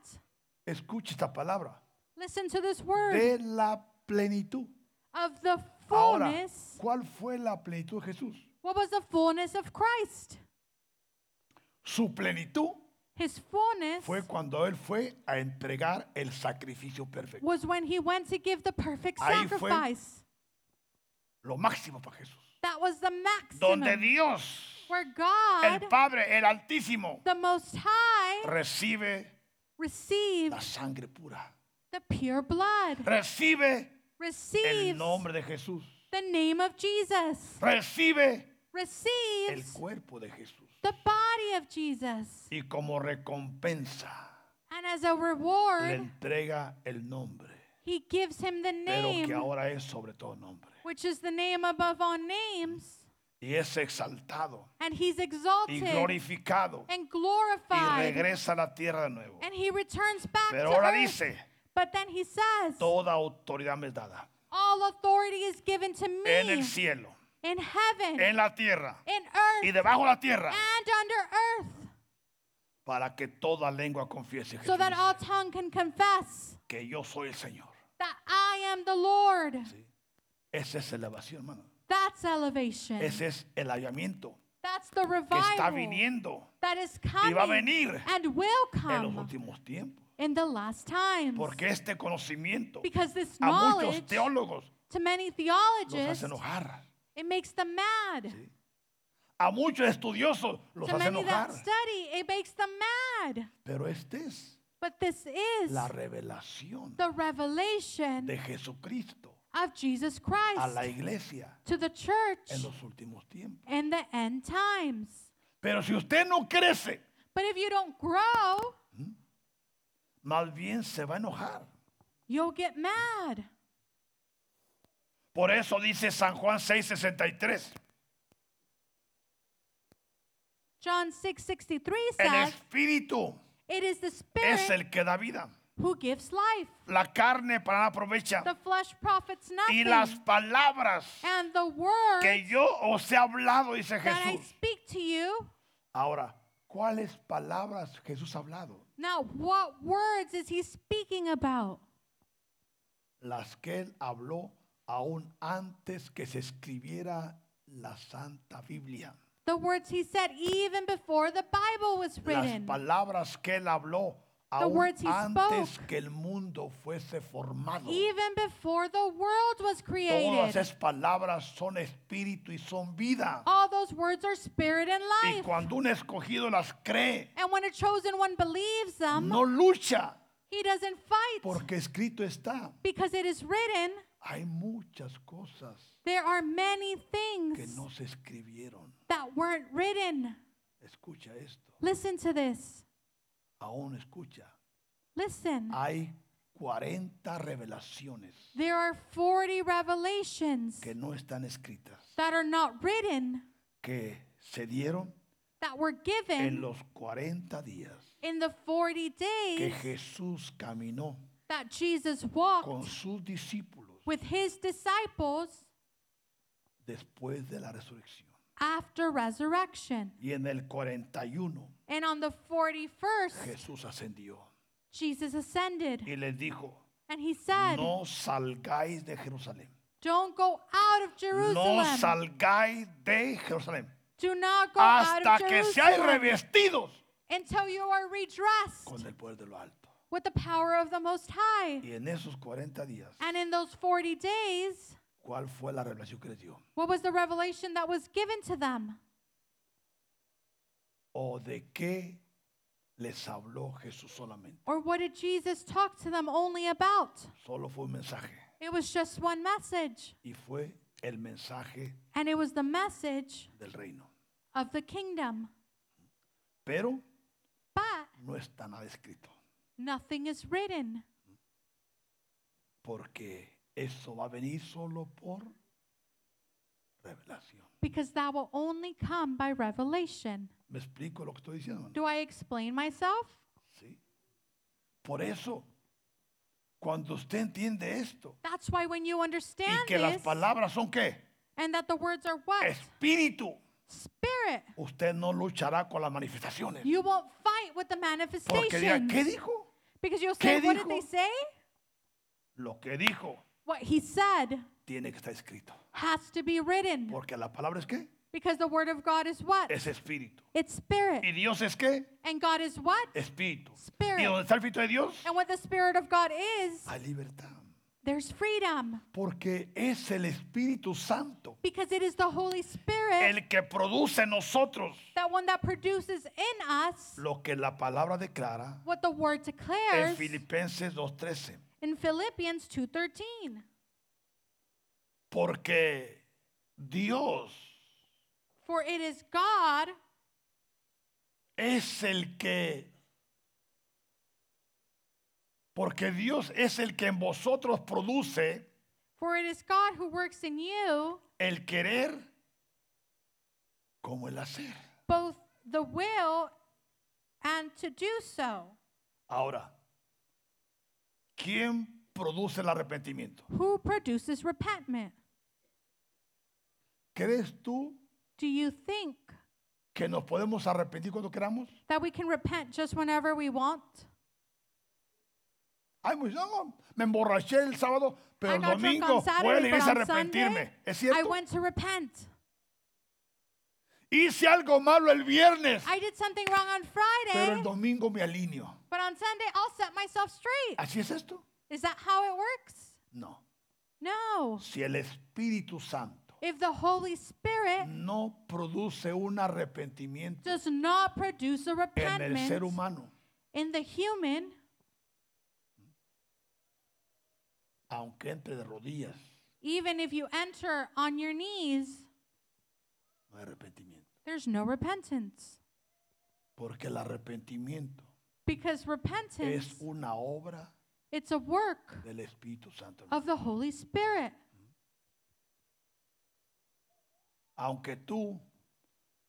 [SPEAKER 1] Escuche esta palabra.
[SPEAKER 2] Listen to this word
[SPEAKER 1] De la plenitud.
[SPEAKER 2] of the
[SPEAKER 1] Ahora,
[SPEAKER 2] fullness
[SPEAKER 1] ¿Cuál fue la plenitud de Jesús?
[SPEAKER 2] What was the fullness of Christ?
[SPEAKER 1] Su plenitud
[SPEAKER 2] His fullness
[SPEAKER 1] fue cuando Él fue a entregar el sacrificio perfecto.
[SPEAKER 2] was when he went to give the perfect
[SPEAKER 1] Ahí fue.
[SPEAKER 2] sacrifice.
[SPEAKER 1] Lo máximo para Jesús.
[SPEAKER 2] That was the maximum
[SPEAKER 1] Donde Dios,
[SPEAKER 2] where
[SPEAKER 1] el
[SPEAKER 2] God,
[SPEAKER 1] Padre, el Altísimo,
[SPEAKER 2] the Most High,
[SPEAKER 1] recibe
[SPEAKER 2] received
[SPEAKER 1] la sangre pura.
[SPEAKER 2] the pure blood,
[SPEAKER 1] Recibe el
[SPEAKER 2] receives
[SPEAKER 1] nombre de Jesús.
[SPEAKER 2] the name of Jesus,
[SPEAKER 1] Recibe el
[SPEAKER 2] receives
[SPEAKER 1] cuerpo de Jesús.
[SPEAKER 2] the body of Jesus,
[SPEAKER 1] Y como recompensa
[SPEAKER 2] and as a
[SPEAKER 1] le
[SPEAKER 2] reward,
[SPEAKER 1] entrega el nombre.
[SPEAKER 2] he gives him the
[SPEAKER 1] pero que
[SPEAKER 2] name,
[SPEAKER 1] ahora es sobre todo nombre.
[SPEAKER 2] which is the name above all names,
[SPEAKER 1] Y es exaltado
[SPEAKER 2] and he's
[SPEAKER 1] y
[SPEAKER 2] exalted
[SPEAKER 1] glorificado y
[SPEAKER 2] and glorified,
[SPEAKER 1] regresa a la tierra de nuevo.
[SPEAKER 2] and he returns back
[SPEAKER 1] Pero
[SPEAKER 2] to
[SPEAKER 1] ahora
[SPEAKER 2] earth.
[SPEAKER 1] dice,
[SPEAKER 2] But then he says,
[SPEAKER 1] toda autoridad me es dada
[SPEAKER 2] All authority is given to
[SPEAKER 1] en el
[SPEAKER 2] me
[SPEAKER 1] cielo,
[SPEAKER 2] in heaven,
[SPEAKER 1] en la tierra
[SPEAKER 2] in
[SPEAKER 1] y
[SPEAKER 2] earth,
[SPEAKER 1] debajo de la tierra
[SPEAKER 2] and under earth,
[SPEAKER 1] para que toda lengua confiese Jesús
[SPEAKER 2] so that
[SPEAKER 1] dice,
[SPEAKER 2] all tongue can confess
[SPEAKER 1] que yo soy el Señor.
[SPEAKER 2] that I am the Lord.
[SPEAKER 1] ¿sí? Esa es elevación, hermano.
[SPEAKER 2] That's elevation.
[SPEAKER 1] Ese es el hallamiento
[SPEAKER 2] That's the
[SPEAKER 1] que está
[SPEAKER 2] revival
[SPEAKER 1] viniendo
[SPEAKER 2] that is
[SPEAKER 1] y va a
[SPEAKER 2] coming
[SPEAKER 1] venir
[SPEAKER 2] and will
[SPEAKER 1] en los
[SPEAKER 2] come
[SPEAKER 1] últimos tiempos.
[SPEAKER 2] in the last times.
[SPEAKER 1] Porque este conocimiento
[SPEAKER 2] Because this
[SPEAKER 1] a muchos
[SPEAKER 2] knowledge
[SPEAKER 1] teólogos
[SPEAKER 2] to many
[SPEAKER 1] los hace
[SPEAKER 2] theologists,
[SPEAKER 1] enojar.
[SPEAKER 2] it makes them mad.
[SPEAKER 1] Sí. A muchos estudiosos los
[SPEAKER 2] To
[SPEAKER 1] hace
[SPEAKER 2] many
[SPEAKER 1] enojar.
[SPEAKER 2] that study, it makes them mad.
[SPEAKER 1] Pero esta es
[SPEAKER 2] But this is
[SPEAKER 1] la revelación
[SPEAKER 2] the revelation
[SPEAKER 1] de Jesucristo
[SPEAKER 2] of Jesus
[SPEAKER 1] a la
[SPEAKER 2] Christ
[SPEAKER 1] iglesia
[SPEAKER 2] to the
[SPEAKER 1] en
[SPEAKER 2] church
[SPEAKER 1] los últimos tiempos.
[SPEAKER 2] in the end times.
[SPEAKER 1] Pero si usted no crece,
[SPEAKER 2] But if you don't grow,
[SPEAKER 1] más bien se va a enojar.
[SPEAKER 2] you'll get mad.
[SPEAKER 1] Por eso dice San Juan 6:63,
[SPEAKER 2] John 6:63
[SPEAKER 1] el
[SPEAKER 2] says,
[SPEAKER 1] espíritu
[SPEAKER 2] "It is the
[SPEAKER 1] es
[SPEAKER 2] spirit
[SPEAKER 1] el que da vida.
[SPEAKER 2] who gives life.
[SPEAKER 1] La carne para nada aprovecha.
[SPEAKER 2] The flesh profits
[SPEAKER 1] Y
[SPEAKER 2] nothing."
[SPEAKER 1] las palabras
[SPEAKER 2] And the word
[SPEAKER 1] que yo os he hablado, dice
[SPEAKER 2] that I
[SPEAKER 1] Jesús.
[SPEAKER 2] speak to you,
[SPEAKER 1] Ahora, ¿cuáles palabras Jesús ha hablado?
[SPEAKER 2] now what words is he speaking about?
[SPEAKER 1] las que él habló aún antes que se escribiera la Santa Biblia.
[SPEAKER 2] The words he said even before the Bible was
[SPEAKER 1] Las
[SPEAKER 2] written.
[SPEAKER 1] palabras que él habló aún
[SPEAKER 2] words he
[SPEAKER 1] antes
[SPEAKER 2] spoke.
[SPEAKER 1] que el mundo fuese formado.
[SPEAKER 2] Even before the world was
[SPEAKER 1] Todas
[SPEAKER 2] created.
[SPEAKER 1] esas palabras son espíritu y son vida.
[SPEAKER 2] All those words are spirit and
[SPEAKER 1] Y
[SPEAKER 2] life.
[SPEAKER 1] cuando un escogido las cree,
[SPEAKER 2] And when a chosen one believes them,
[SPEAKER 1] no lucha,
[SPEAKER 2] he doesn't fight
[SPEAKER 1] porque escrito está.
[SPEAKER 2] because it is written,
[SPEAKER 1] Hay muchas cosas
[SPEAKER 2] there are many
[SPEAKER 1] que
[SPEAKER 2] things
[SPEAKER 1] no se escribieron.
[SPEAKER 2] that weren't written.
[SPEAKER 1] Escucha esto,
[SPEAKER 2] Listen to this.
[SPEAKER 1] aún escucha.
[SPEAKER 2] Listen.
[SPEAKER 1] Hay 40 revelaciones
[SPEAKER 2] There are 40 revelations
[SPEAKER 1] que no están escritas,
[SPEAKER 2] that are not written
[SPEAKER 1] que se dieron
[SPEAKER 2] that were
[SPEAKER 1] en
[SPEAKER 2] given
[SPEAKER 1] los 40 días
[SPEAKER 2] in the 40
[SPEAKER 1] que
[SPEAKER 2] days
[SPEAKER 1] Jesús caminó
[SPEAKER 2] that Jesus
[SPEAKER 1] con
[SPEAKER 2] walked
[SPEAKER 1] sus discípulos
[SPEAKER 2] with his disciples
[SPEAKER 1] después de la resurrección.
[SPEAKER 2] after resurrection.
[SPEAKER 1] Y en el 41
[SPEAKER 2] And on the 41st,
[SPEAKER 1] Jesús ascendió
[SPEAKER 2] Jesus ascended.
[SPEAKER 1] y les dijo,
[SPEAKER 2] And he said,
[SPEAKER 1] no salgáis de Jerusalén,
[SPEAKER 2] Don't go out of
[SPEAKER 1] no
[SPEAKER 2] Jerusalem.
[SPEAKER 1] salgáis de Jerusalén
[SPEAKER 2] Do not go out
[SPEAKER 1] hasta
[SPEAKER 2] of
[SPEAKER 1] que seáis
[SPEAKER 2] Jerusalem
[SPEAKER 1] revestidos
[SPEAKER 2] until you are redressed
[SPEAKER 1] con el poder de lo alto.
[SPEAKER 2] with the power of the Most High.
[SPEAKER 1] Y en esos 40 días,
[SPEAKER 2] And in those 40 days,
[SPEAKER 1] ¿cuál fue la revelación que les dio?
[SPEAKER 2] what was the revelation that was given to them?
[SPEAKER 1] ¿O de qué les habló Jesús solamente?
[SPEAKER 2] Or what did Jesus talk to them only about?
[SPEAKER 1] Solo fue un mensaje.
[SPEAKER 2] It was just one message,
[SPEAKER 1] Y fue el mensaje
[SPEAKER 2] and it was the message
[SPEAKER 1] del reino.
[SPEAKER 2] of the kingdom.
[SPEAKER 1] Pero
[SPEAKER 2] But
[SPEAKER 1] no está nada escrito.
[SPEAKER 2] nothing is written
[SPEAKER 1] Porque eso va a venir solo por revelación.
[SPEAKER 2] because that will only come by revelation.
[SPEAKER 1] ¿Me explico lo que estoy diciendo? hermano?
[SPEAKER 2] Do I explain myself?
[SPEAKER 1] Sí. Por eso, cuando usted entiende esto
[SPEAKER 2] That's why when you understand
[SPEAKER 1] y que las
[SPEAKER 2] this
[SPEAKER 1] palabras Eh. son qué?
[SPEAKER 2] and that the words are what?
[SPEAKER 1] Espíritu.
[SPEAKER 2] Spirit.
[SPEAKER 1] Usted no luchará con las manifestaciones.
[SPEAKER 2] You won't fight with the
[SPEAKER 1] Porque diga,
[SPEAKER 2] manifestations
[SPEAKER 1] ¿qué dijo?
[SPEAKER 2] because you'll
[SPEAKER 1] ¿Qué
[SPEAKER 2] say, What did they
[SPEAKER 1] dijo?"
[SPEAKER 2] say?
[SPEAKER 1] Lo que dijo
[SPEAKER 2] What he said
[SPEAKER 1] tiene que estar escrito.
[SPEAKER 2] has to be written
[SPEAKER 1] Porque la palabra es qué?
[SPEAKER 2] because the word of God is what?
[SPEAKER 1] Es espíritu.
[SPEAKER 2] It's spirit.
[SPEAKER 1] ¿Y Dios es qué?
[SPEAKER 2] And God is what?
[SPEAKER 1] Espíritu.
[SPEAKER 2] Spirit.
[SPEAKER 1] ¿Y donde está el espíritu de Dios?
[SPEAKER 2] And what the spirit of God is,
[SPEAKER 1] Hay libertad.
[SPEAKER 2] there's freedom
[SPEAKER 1] Porque es el Espíritu Santo
[SPEAKER 2] because it is the Holy Spirit,
[SPEAKER 1] el que produce en nosotros
[SPEAKER 2] that one that produces in us
[SPEAKER 1] lo que la palabra declara
[SPEAKER 2] what the word
[SPEAKER 1] en
[SPEAKER 2] declares
[SPEAKER 1] Filipenses 2.13.
[SPEAKER 2] in Philippians 2:13.
[SPEAKER 1] Porque Dios
[SPEAKER 2] For it is God
[SPEAKER 1] es el que, porque Dios es el que en vosotros produce
[SPEAKER 2] For it is God who works in you
[SPEAKER 1] el querer como el hacer.
[SPEAKER 2] both the will and to do so.
[SPEAKER 1] Ahora, ¿quién produce el arrepentimiento?
[SPEAKER 2] Who produces repentment?
[SPEAKER 1] ¿Crees tú
[SPEAKER 2] Do you think
[SPEAKER 1] que nos podemos arrepentir cuando queramos?
[SPEAKER 2] that we can repent just whenever we want?
[SPEAKER 1] Ay, pues, no, me emborraché el sábado, pero
[SPEAKER 2] I
[SPEAKER 1] el
[SPEAKER 2] got drunk on
[SPEAKER 1] domingo voy a la
[SPEAKER 2] Saturday, but
[SPEAKER 1] iglesia a
[SPEAKER 2] on Sunday,
[SPEAKER 1] arrepentirme. ¿Es
[SPEAKER 2] I
[SPEAKER 1] cierto?
[SPEAKER 2] went to repent.
[SPEAKER 1] Hice algo malo el viernes,
[SPEAKER 2] I did something wrong on
[SPEAKER 1] pero el
[SPEAKER 2] Friday,
[SPEAKER 1] domingo me alineo.
[SPEAKER 2] but on Sunday I'll set myself straight.
[SPEAKER 1] ¿Así es esto?
[SPEAKER 2] Is that how it works?
[SPEAKER 1] No.
[SPEAKER 2] No.
[SPEAKER 1] Si el Espíritu Santo
[SPEAKER 2] If the Holy Spirit
[SPEAKER 1] no produce un arrepentimiento
[SPEAKER 2] does not produce a
[SPEAKER 1] en el ser
[SPEAKER 2] repentment
[SPEAKER 1] humano,
[SPEAKER 2] in the human,
[SPEAKER 1] aunque entre de rodillas,
[SPEAKER 2] even if you enter on your knees,
[SPEAKER 1] no hay arrepentimiento.
[SPEAKER 2] there's no repentance
[SPEAKER 1] Porque el arrepentimiento
[SPEAKER 2] because
[SPEAKER 1] es
[SPEAKER 2] repentance
[SPEAKER 1] una obra
[SPEAKER 2] it's a work
[SPEAKER 1] del Espíritu Santo. hermano.
[SPEAKER 2] of the holy spirit
[SPEAKER 1] Aunque tú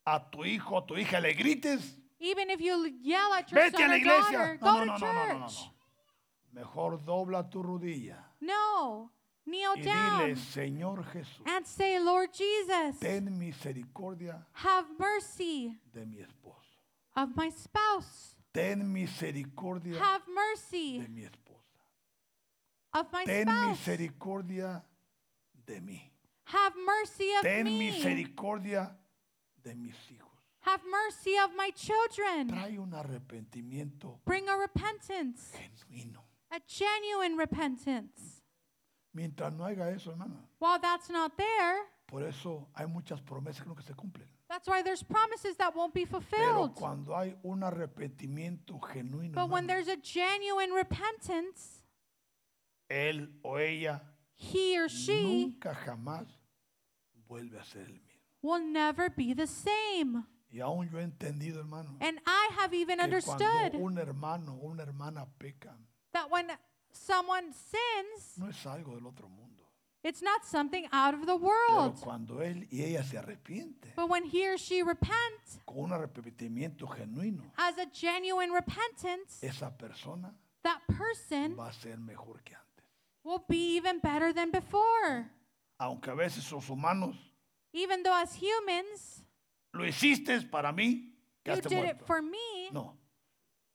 [SPEAKER 1] a tu hijo o tu hija le grites,
[SPEAKER 2] even if you l- yell at your
[SPEAKER 1] vete a
[SPEAKER 2] son
[SPEAKER 1] la
[SPEAKER 2] or
[SPEAKER 1] iglesia.
[SPEAKER 2] daughter
[SPEAKER 1] No, no,
[SPEAKER 2] go
[SPEAKER 1] no, no,
[SPEAKER 2] to
[SPEAKER 1] no, no,
[SPEAKER 2] church
[SPEAKER 1] no. Mejor dobla tu rodilla
[SPEAKER 2] no kneel
[SPEAKER 1] y
[SPEAKER 2] down
[SPEAKER 1] dile, Señor Jesús,
[SPEAKER 2] and say lord jesus
[SPEAKER 1] ten misericordia
[SPEAKER 2] have mercy
[SPEAKER 1] de mi esposo.
[SPEAKER 2] of my spouse
[SPEAKER 1] Ten misericordia
[SPEAKER 2] have
[SPEAKER 1] de
[SPEAKER 2] mercy
[SPEAKER 1] mi esposa.
[SPEAKER 2] of my
[SPEAKER 1] Ten
[SPEAKER 2] spouse
[SPEAKER 1] misericordia de mí.
[SPEAKER 2] have mercy of
[SPEAKER 1] Ten
[SPEAKER 2] me
[SPEAKER 1] misericordia de mis hijos.
[SPEAKER 2] have mercy of my children
[SPEAKER 1] Trae un arrepentimiento
[SPEAKER 2] bring a repentance
[SPEAKER 1] genuino.
[SPEAKER 2] a genuine repentance
[SPEAKER 1] Mientras no haga eso, hermana.
[SPEAKER 2] while that's not there
[SPEAKER 1] Por eso hay muchas promesas que nunca se cumplen.
[SPEAKER 2] That's why there's promises that won't be
[SPEAKER 1] Pero
[SPEAKER 2] fulfilled.
[SPEAKER 1] cuando hay un arrepentimiento genuino,
[SPEAKER 2] But when
[SPEAKER 1] hermana,
[SPEAKER 2] there's a genuine repentance,
[SPEAKER 1] él o ella
[SPEAKER 2] he or she
[SPEAKER 1] nunca jamás vuelve a ser el mismo.
[SPEAKER 2] will never be the same.
[SPEAKER 1] Y aún yo he entendido, hermano,
[SPEAKER 2] And I have
[SPEAKER 1] que
[SPEAKER 2] even
[SPEAKER 1] cuando
[SPEAKER 2] understood
[SPEAKER 1] un hermano o una hermana peca,
[SPEAKER 2] that when someone sins,
[SPEAKER 1] no es algo del otro mundo.
[SPEAKER 2] it's not something out of the
[SPEAKER 1] Pero
[SPEAKER 2] world.
[SPEAKER 1] cuando él y ella se arrepienten
[SPEAKER 2] But when he or she repent
[SPEAKER 1] con un arrepentimiento genuino,
[SPEAKER 2] as a genuine repentance,
[SPEAKER 1] esa persona
[SPEAKER 2] that person
[SPEAKER 1] Eh, va a ser mejor que antes.
[SPEAKER 2] will be even better than before.
[SPEAKER 1] Aunque a veces los humanos
[SPEAKER 2] Even though as humans,
[SPEAKER 1] lo hiciste para mí, que
[SPEAKER 2] you
[SPEAKER 1] hasta
[SPEAKER 2] did it
[SPEAKER 1] muerto.
[SPEAKER 2] for me.
[SPEAKER 1] No.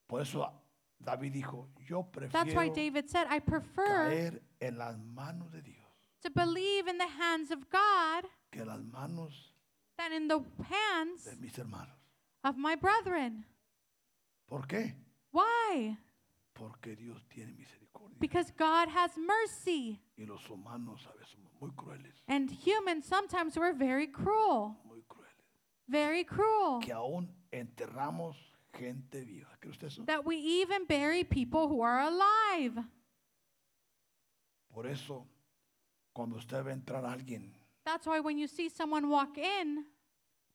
[SPEAKER 1] Por eso a- David dijo, yo
[SPEAKER 2] That's why
[SPEAKER 1] prefiero
[SPEAKER 2] David said, I prefer
[SPEAKER 1] caer en las manos de Dios
[SPEAKER 2] to believe in the hands of God
[SPEAKER 1] que en las manos
[SPEAKER 2] than in the hands
[SPEAKER 1] de mis hermanos.
[SPEAKER 2] of my brethren.
[SPEAKER 1] ¿Por qué?
[SPEAKER 2] Why?
[SPEAKER 1] Porque Dios tiene misericordia.
[SPEAKER 2] Because God has mercy.
[SPEAKER 1] Y los humanos a veces somos muy crueles,
[SPEAKER 2] And humans sometimes were very cruel.
[SPEAKER 1] muy crueles.
[SPEAKER 2] Very cruel.
[SPEAKER 1] Que aún enterramos gente viva. ¿Cree usted eso?
[SPEAKER 2] That we even bury people who are alive.
[SPEAKER 1] Por eso, cuando usted ve entrar a alguien
[SPEAKER 2] That's why when you see someone walk in,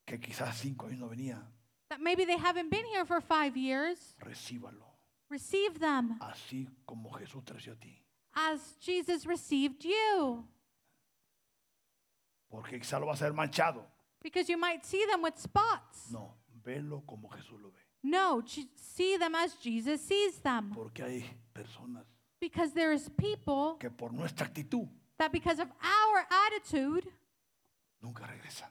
[SPEAKER 1] que quizás cinco años no venía,
[SPEAKER 2] that maybe they haven't been here for five years,
[SPEAKER 1] recíbalo.
[SPEAKER 2] receive them
[SPEAKER 1] Así como Jesús te recibió a ti.
[SPEAKER 2] as Jesus received you.
[SPEAKER 1] Porque quizás lo vas a ver manchado.
[SPEAKER 2] Because you might see them with spots.
[SPEAKER 1] No, velo como Jesús lo ve.
[SPEAKER 2] No, ju- see them as Jesus sees them.
[SPEAKER 1] Porque hay personas
[SPEAKER 2] Because there is people
[SPEAKER 1] que por nuestra actitud
[SPEAKER 2] that because of our attitude,
[SPEAKER 1] nunca regresan.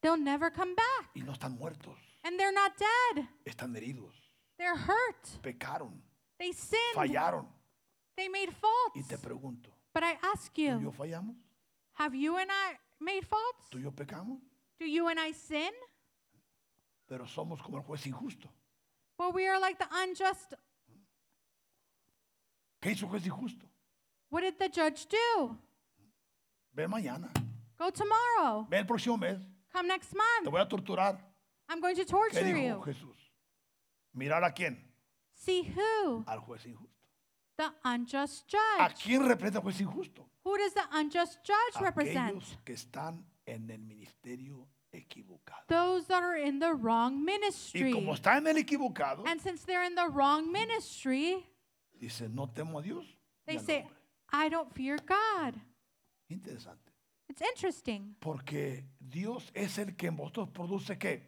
[SPEAKER 2] they'll never come back.
[SPEAKER 1] Y no están muertos,
[SPEAKER 2] And they're not dead.
[SPEAKER 1] están heridos,
[SPEAKER 2] They're hurt.
[SPEAKER 1] pecaron,
[SPEAKER 2] They sinned.
[SPEAKER 1] fallaron.
[SPEAKER 2] They made
[SPEAKER 1] Y te
[SPEAKER 2] faults.
[SPEAKER 1] pregunto,
[SPEAKER 2] But I ask
[SPEAKER 1] ¿tú y yo
[SPEAKER 2] you,
[SPEAKER 1] fallamos?
[SPEAKER 2] Have you and I made
[SPEAKER 1] Tú
[SPEAKER 2] faults?
[SPEAKER 1] y yo pecamos,
[SPEAKER 2] Do you and I sin?
[SPEAKER 1] pero somos como el juez injusto.
[SPEAKER 2] Well, we are like the unjust.
[SPEAKER 1] ¿Qué hizo el juez injusto?
[SPEAKER 2] What did the judge do?
[SPEAKER 1] Ve mañana,
[SPEAKER 2] Go tomorrow.
[SPEAKER 1] ve el próximo mes,
[SPEAKER 2] Come next
[SPEAKER 1] te
[SPEAKER 2] month.
[SPEAKER 1] voy a torturar.
[SPEAKER 2] I'm going to
[SPEAKER 1] ¿Qué
[SPEAKER 2] torture
[SPEAKER 1] dijo
[SPEAKER 2] you.
[SPEAKER 1] Jesús? Mirar a quién?
[SPEAKER 2] See who?
[SPEAKER 1] Al juez injusto.
[SPEAKER 2] The unjust
[SPEAKER 1] ¿A
[SPEAKER 2] judge.
[SPEAKER 1] quién representa el juez injusto?
[SPEAKER 2] Who does the unjust judge represent?
[SPEAKER 1] Aquellos que están en el ministerio equivocado.
[SPEAKER 2] Those that are in the wrong
[SPEAKER 1] Y
[SPEAKER 2] ministry.
[SPEAKER 1] como está en el equivocado,
[SPEAKER 2] And since they're in the
[SPEAKER 1] Mm.
[SPEAKER 2] wrong ministry,
[SPEAKER 1] dice, no temo a Dios. y
[SPEAKER 2] they
[SPEAKER 1] al
[SPEAKER 2] say,
[SPEAKER 1] hombre".
[SPEAKER 2] I don't fear God.
[SPEAKER 1] Interesante.
[SPEAKER 2] It's interesting
[SPEAKER 1] Porque Dios es el que en vosotros produce qué?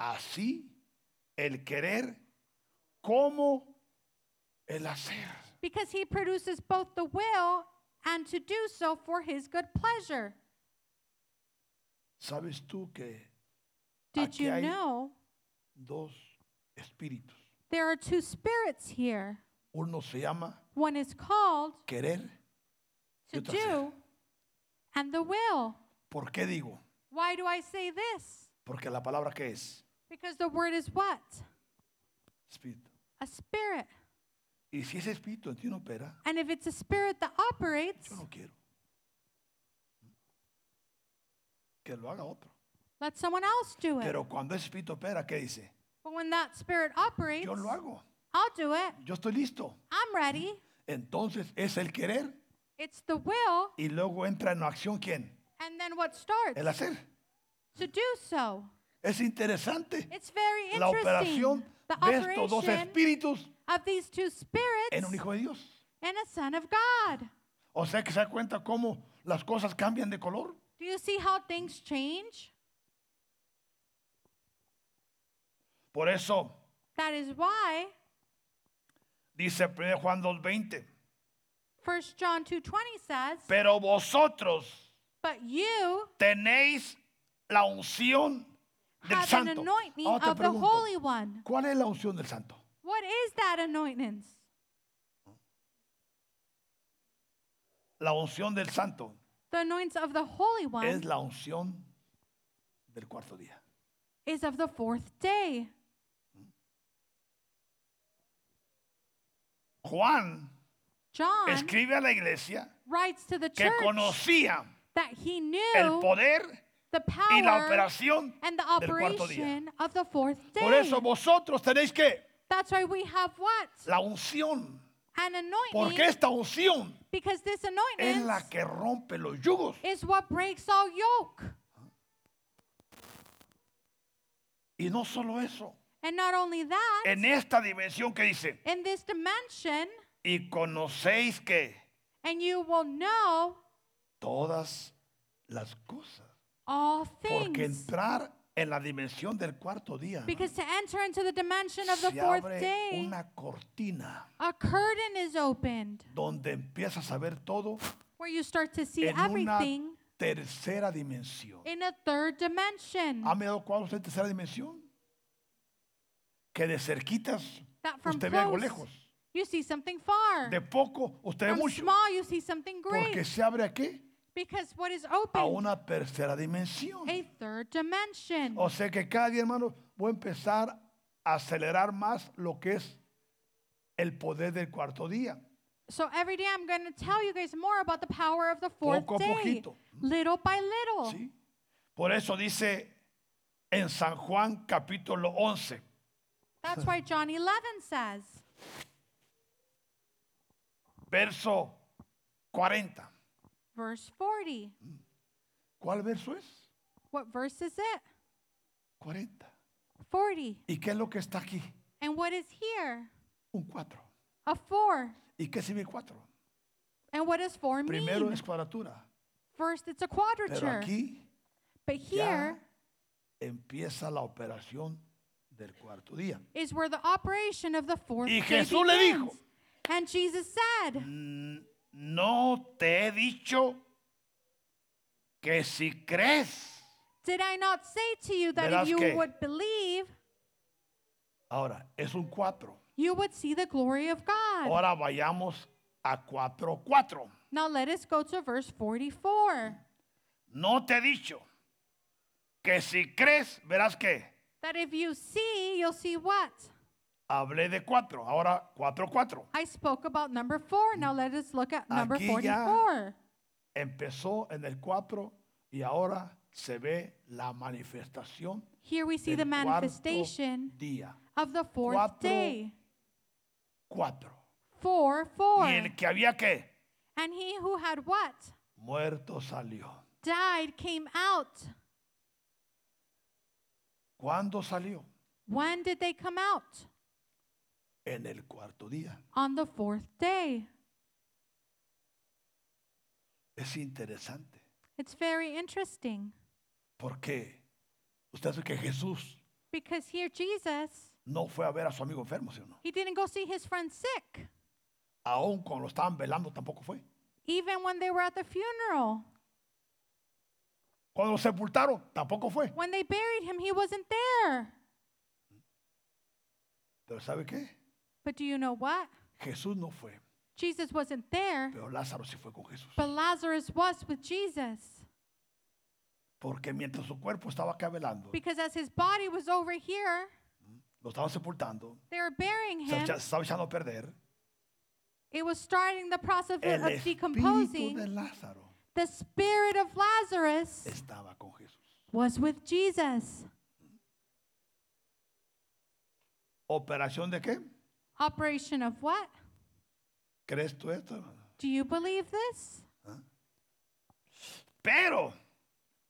[SPEAKER 1] Así el querer como el hacer.
[SPEAKER 2] because he produces both the will and to do so for his good pleasure.
[SPEAKER 1] ¿Sabes tú que
[SPEAKER 2] Did
[SPEAKER 1] Aquí
[SPEAKER 2] you
[SPEAKER 1] hay-
[SPEAKER 2] know
[SPEAKER 1] dos espíritus?
[SPEAKER 2] there are two spirits here?
[SPEAKER 1] Uno se llama
[SPEAKER 2] One is called
[SPEAKER 1] querer.
[SPEAKER 2] to
[SPEAKER 1] Y otra hacer.
[SPEAKER 2] do and the will.
[SPEAKER 1] ¿Por qué digo?
[SPEAKER 2] Why do I say this?
[SPEAKER 1] Porque la palabra que es
[SPEAKER 2] Because the word is what?
[SPEAKER 1] espíritu.
[SPEAKER 2] A spirit.
[SPEAKER 1] Y si ese espíritu en ti no opera,
[SPEAKER 2] And if it's a spirit that operates,
[SPEAKER 1] Yo no quiero. Que lo haga otro.
[SPEAKER 2] let someone else do it.
[SPEAKER 1] Pero cuando ese espíritu opera, ¿qué dice?
[SPEAKER 2] But when that spirit operates,
[SPEAKER 1] Yo lo hago.
[SPEAKER 2] I'll do it.
[SPEAKER 1] Yo estoy listo.
[SPEAKER 2] I'm ready.
[SPEAKER 1] Entonces es el querer
[SPEAKER 2] It's the will,
[SPEAKER 1] y luego entra en acción quién?
[SPEAKER 2] and then what starts?
[SPEAKER 1] El hacer.
[SPEAKER 2] To do so.
[SPEAKER 1] Es interesante
[SPEAKER 2] It's very
[SPEAKER 1] la
[SPEAKER 2] interesting.
[SPEAKER 1] operación
[SPEAKER 2] the
[SPEAKER 1] de estos dos
[SPEAKER 2] operation
[SPEAKER 1] espíritus
[SPEAKER 2] of these two
[SPEAKER 1] en
[SPEAKER 2] spirits
[SPEAKER 1] un hijo de Dios.
[SPEAKER 2] and a son of God.
[SPEAKER 1] O sea que se da cuenta cómo las cosas cambian de color.
[SPEAKER 2] Do you see how things change?
[SPEAKER 1] Por eso
[SPEAKER 2] That is why
[SPEAKER 1] dice 1 Juan 2:20,
[SPEAKER 2] 1 John 2:20 says,
[SPEAKER 1] pero vosotros
[SPEAKER 2] "But you
[SPEAKER 1] tenéis la unción del
[SPEAKER 2] have an
[SPEAKER 1] santo. Ah,
[SPEAKER 2] anointing
[SPEAKER 1] Ahora te
[SPEAKER 2] of the
[SPEAKER 1] pregunto,
[SPEAKER 2] Holy One."
[SPEAKER 1] ¿cuál es la unción del santo?
[SPEAKER 2] What is that anointing?
[SPEAKER 1] La unción del santo
[SPEAKER 2] The anointing of the Holy One
[SPEAKER 1] es la unción del cuarto día.
[SPEAKER 2] is of the fourth day.
[SPEAKER 1] Juan
[SPEAKER 2] John
[SPEAKER 1] escribe a la iglesia
[SPEAKER 2] writes to the
[SPEAKER 1] que
[SPEAKER 2] church
[SPEAKER 1] conocía
[SPEAKER 2] that he
[SPEAKER 1] el
[SPEAKER 2] knew
[SPEAKER 1] poder
[SPEAKER 2] the
[SPEAKER 1] y la
[SPEAKER 2] power
[SPEAKER 1] operación.
[SPEAKER 2] and the
[SPEAKER 1] del cuarto día.
[SPEAKER 2] operation of the fourth
[SPEAKER 1] Por
[SPEAKER 2] day.
[SPEAKER 1] eso vosotros tenéis que
[SPEAKER 2] That's why we have what?
[SPEAKER 1] la unción,
[SPEAKER 2] An
[SPEAKER 1] porque
[SPEAKER 2] anointing.
[SPEAKER 1] esta unción
[SPEAKER 2] Because this
[SPEAKER 1] es
[SPEAKER 2] anointing
[SPEAKER 1] la que rompe los yugos.
[SPEAKER 2] is what breaks all yoke.
[SPEAKER 1] Y no solo eso,
[SPEAKER 2] And not only that,
[SPEAKER 1] en e esta dimensión que dice,
[SPEAKER 2] in this dimension,
[SPEAKER 1] y conocéis que
[SPEAKER 2] and you will know
[SPEAKER 1] todas las cosas.
[SPEAKER 2] all
[SPEAKER 1] Porque
[SPEAKER 2] things.
[SPEAKER 1] entrar en la dimensión del cuarto día
[SPEAKER 2] Because to enter into the dimension of the
[SPEAKER 1] se
[SPEAKER 2] fourth
[SPEAKER 1] abre
[SPEAKER 2] day,
[SPEAKER 1] una cortina
[SPEAKER 2] a curtain is opened
[SPEAKER 1] donde empiezas a ver todo
[SPEAKER 2] where you start to see
[SPEAKER 1] en una
[SPEAKER 2] everything
[SPEAKER 1] tercera dimensión.
[SPEAKER 2] in a third dimension.
[SPEAKER 1] ¿Ha mirado cuál es la tercera dimensión? Que de cerquitas
[SPEAKER 2] That from
[SPEAKER 1] usted ve algo
[SPEAKER 2] close,
[SPEAKER 1] lejos,
[SPEAKER 2] you see something far.
[SPEAKER 1] de poco usted ve
[SPEAKER 2] From
[SPEAKER 1] mucho,
[SPEAKER 2] small, you see something
[SPEAKER 1] porque
[SPEAKER 2] great.
[SPEAKER 1] se abre aquí
[SPEAKER 2] Because what is
[SPEAKER 1] a
[SPEAKER 2] open?
[SPEAKER 1] una tercera dimensión.
[SPEAKER 2] A third dimension.
[SPEAKER 1] O sea que cada día, hermano, voy a empezar a acelerar más lo que es el poder del cuarto día.
[SPEAKER 2] So every day I'm going to tell you guys more about the power of the fourth
[SPEAKER 1] Poco a
[SPEAKER 2] day.
[SPEAKER 1] poquito.
[SPEAKER 2] Little by little.
[SPEAKER 1] ¿sí? Por eso dice en San Juan capítulo 11,
[SPEAKER 2] That's why John 11 says,
[SPEAKER 1] verso 40.
[SPEAKER 2] verse 40.
[SPEAKER 1] ¿Cuál verso es?
[SPEAKER 2] What verse is it?
[SPEAKER 1] 40.
[SPEAKER 2] 40.
[SPEAKER 1] ¿Y qué es lo que está aquí?
[SPEAKER 2] And what is here?
[SPEAKER 1] Un 4.
[SPEAKER 2] A 4.
[SPEAKER 1] ¿Y qué sirve 4?
[SPEAKER 2] And what does 4 mean?
[SPEAKER 1] Primero es cuadratura,
[SPEAKER 2] First, it's a
[SPEAKER 1] pero
[SPEAKER 2] quadrature.
[SPEAKER 1] aquí
[SPEAKER 2] But here
[SPEAKER 1] ya empieza la operación del cuarto día.
[SPEAKER 2] is where the operation of the fourth
[SPEAKER 1] Y
[SPEAKER 2] day
[SPEAKER 1] Jesús le dijo,
[SPEAKER 2] begins. And Jesus said,
[SPEAKER 1] "N- No te he dicho que si crees.
[SPEAKER 2] Did I not say to you that
[SPEAKER 1] Verás
[SPEAKER 2] if you
[SPEAKER 1] que-
[SPEAKER 2] would believe,
[SPEAKER 1] Ahora, es un 4.
[SPEAKER 2] you would see the glory of God?
[SPEAKER 1] Ahora vayamos a 4.4.
[SPEAKER 2] Now let us go to verse 44.
[SPEAKER 1] No te he dicho que si crees, verás que
[SPEAKER 2] That if you see, you'll see what?
[SPEAKER 1] hablé de 4, ahora 4.4.
[SPEAKER 2] I spoke about number four. Now let us look at number
[SPEAKER 1] Aquí ya.
[SPEAKER 2] 44.
[SPEAKER 1] Empezó en el 4 y ahora se ve la manifestación
[SPEAKER 2] Here we see the
[SPEAKER 1] del cuarto
[SPEAKER 2] manifestation
[SPEAKER 1] día.
[SPEAKER 2] of the fourth
[SPEAKER 1] Cuatro.
[SPEAKER 2] day.
[SPEAKER 1] 4.
[SPEAKER 2] 4 4.
[SPEAKER 1] Y el que había que
[SPEAKER 2] And he who had what?
[SPEAKER 1] muerto salió.
[SPEAKER 2] Died came out.
[SPEAKER 1] ¿Cuándo salió?
[SPEAKER 2] When did they come out?
[SPEAKER 1] En el cuarto día.
[SPEAKER 2] On the fourth day.
[SPEAKER 1] Es interesante.
[SPEAKER 2] It's very interesting
[SPEAKER 1] Porque usted sabe que Jesús
[SPEAKER 2] because here Jesus,
[SPEAKER 1] no fue a ver a su amigo enfermo, ¿sí o no?
[SPEAKER 2] he didn't go see his friend sick,
[SPEAKER 1] Aún cuando lo estaban velando tampoco fue.
[SPEAKER 2] even when they were at the funeral.
[SPEAKER 1] Cuando lo sepultaron tampoco fue.
[SPEAKER 2] When they buried him, he wasn't there.
[SPEAKER 1] Pero ¿sabe qué?
[SPEAKER 2] But do you know what?
[SPEAKER 1] Jesús no fue.
[SPEAKER 2] Jesus wasn't there,
[SPEAKER 1] Pero Lázaro sí fue con Jesús.
[SPEAKER 2] but Lazarus was with Jesus.
[SPEAKER 1] Porque mientras su cuerpo estaba acá velando,
[SPEAKER 2] Because as his body was over here,
[SPEAKER 1] lo estaban sepultando,
[SPEAKER 2] they were burying
[SPEAKER 1] se
[SPEAKER 2] him.
[SPEAKER 1] echa- se estaba echando a perder.
[SPEAKER 2] It was starting the process
[SPEAKER 1] El
[SPEAKER 2] of
[SPEAKER 1] espíritu
[SPEAKER 2] decomposing.
[SPEAKER 1] de Lázaro
[SPEAKER 2] the spirit of Lazarus
[SPEAKER 1] estaba con Jesús.
[SPEAKER 2] was with Jesus.
[SPEAKER 1] ¿Operación de qué?
[SPEAKER 2] Operation of what?
[SPEAKER 1] ¿Crees tú esto? hermano?
[SPEAKER 2] Do you believe this?
[SPEAKER 1] Pero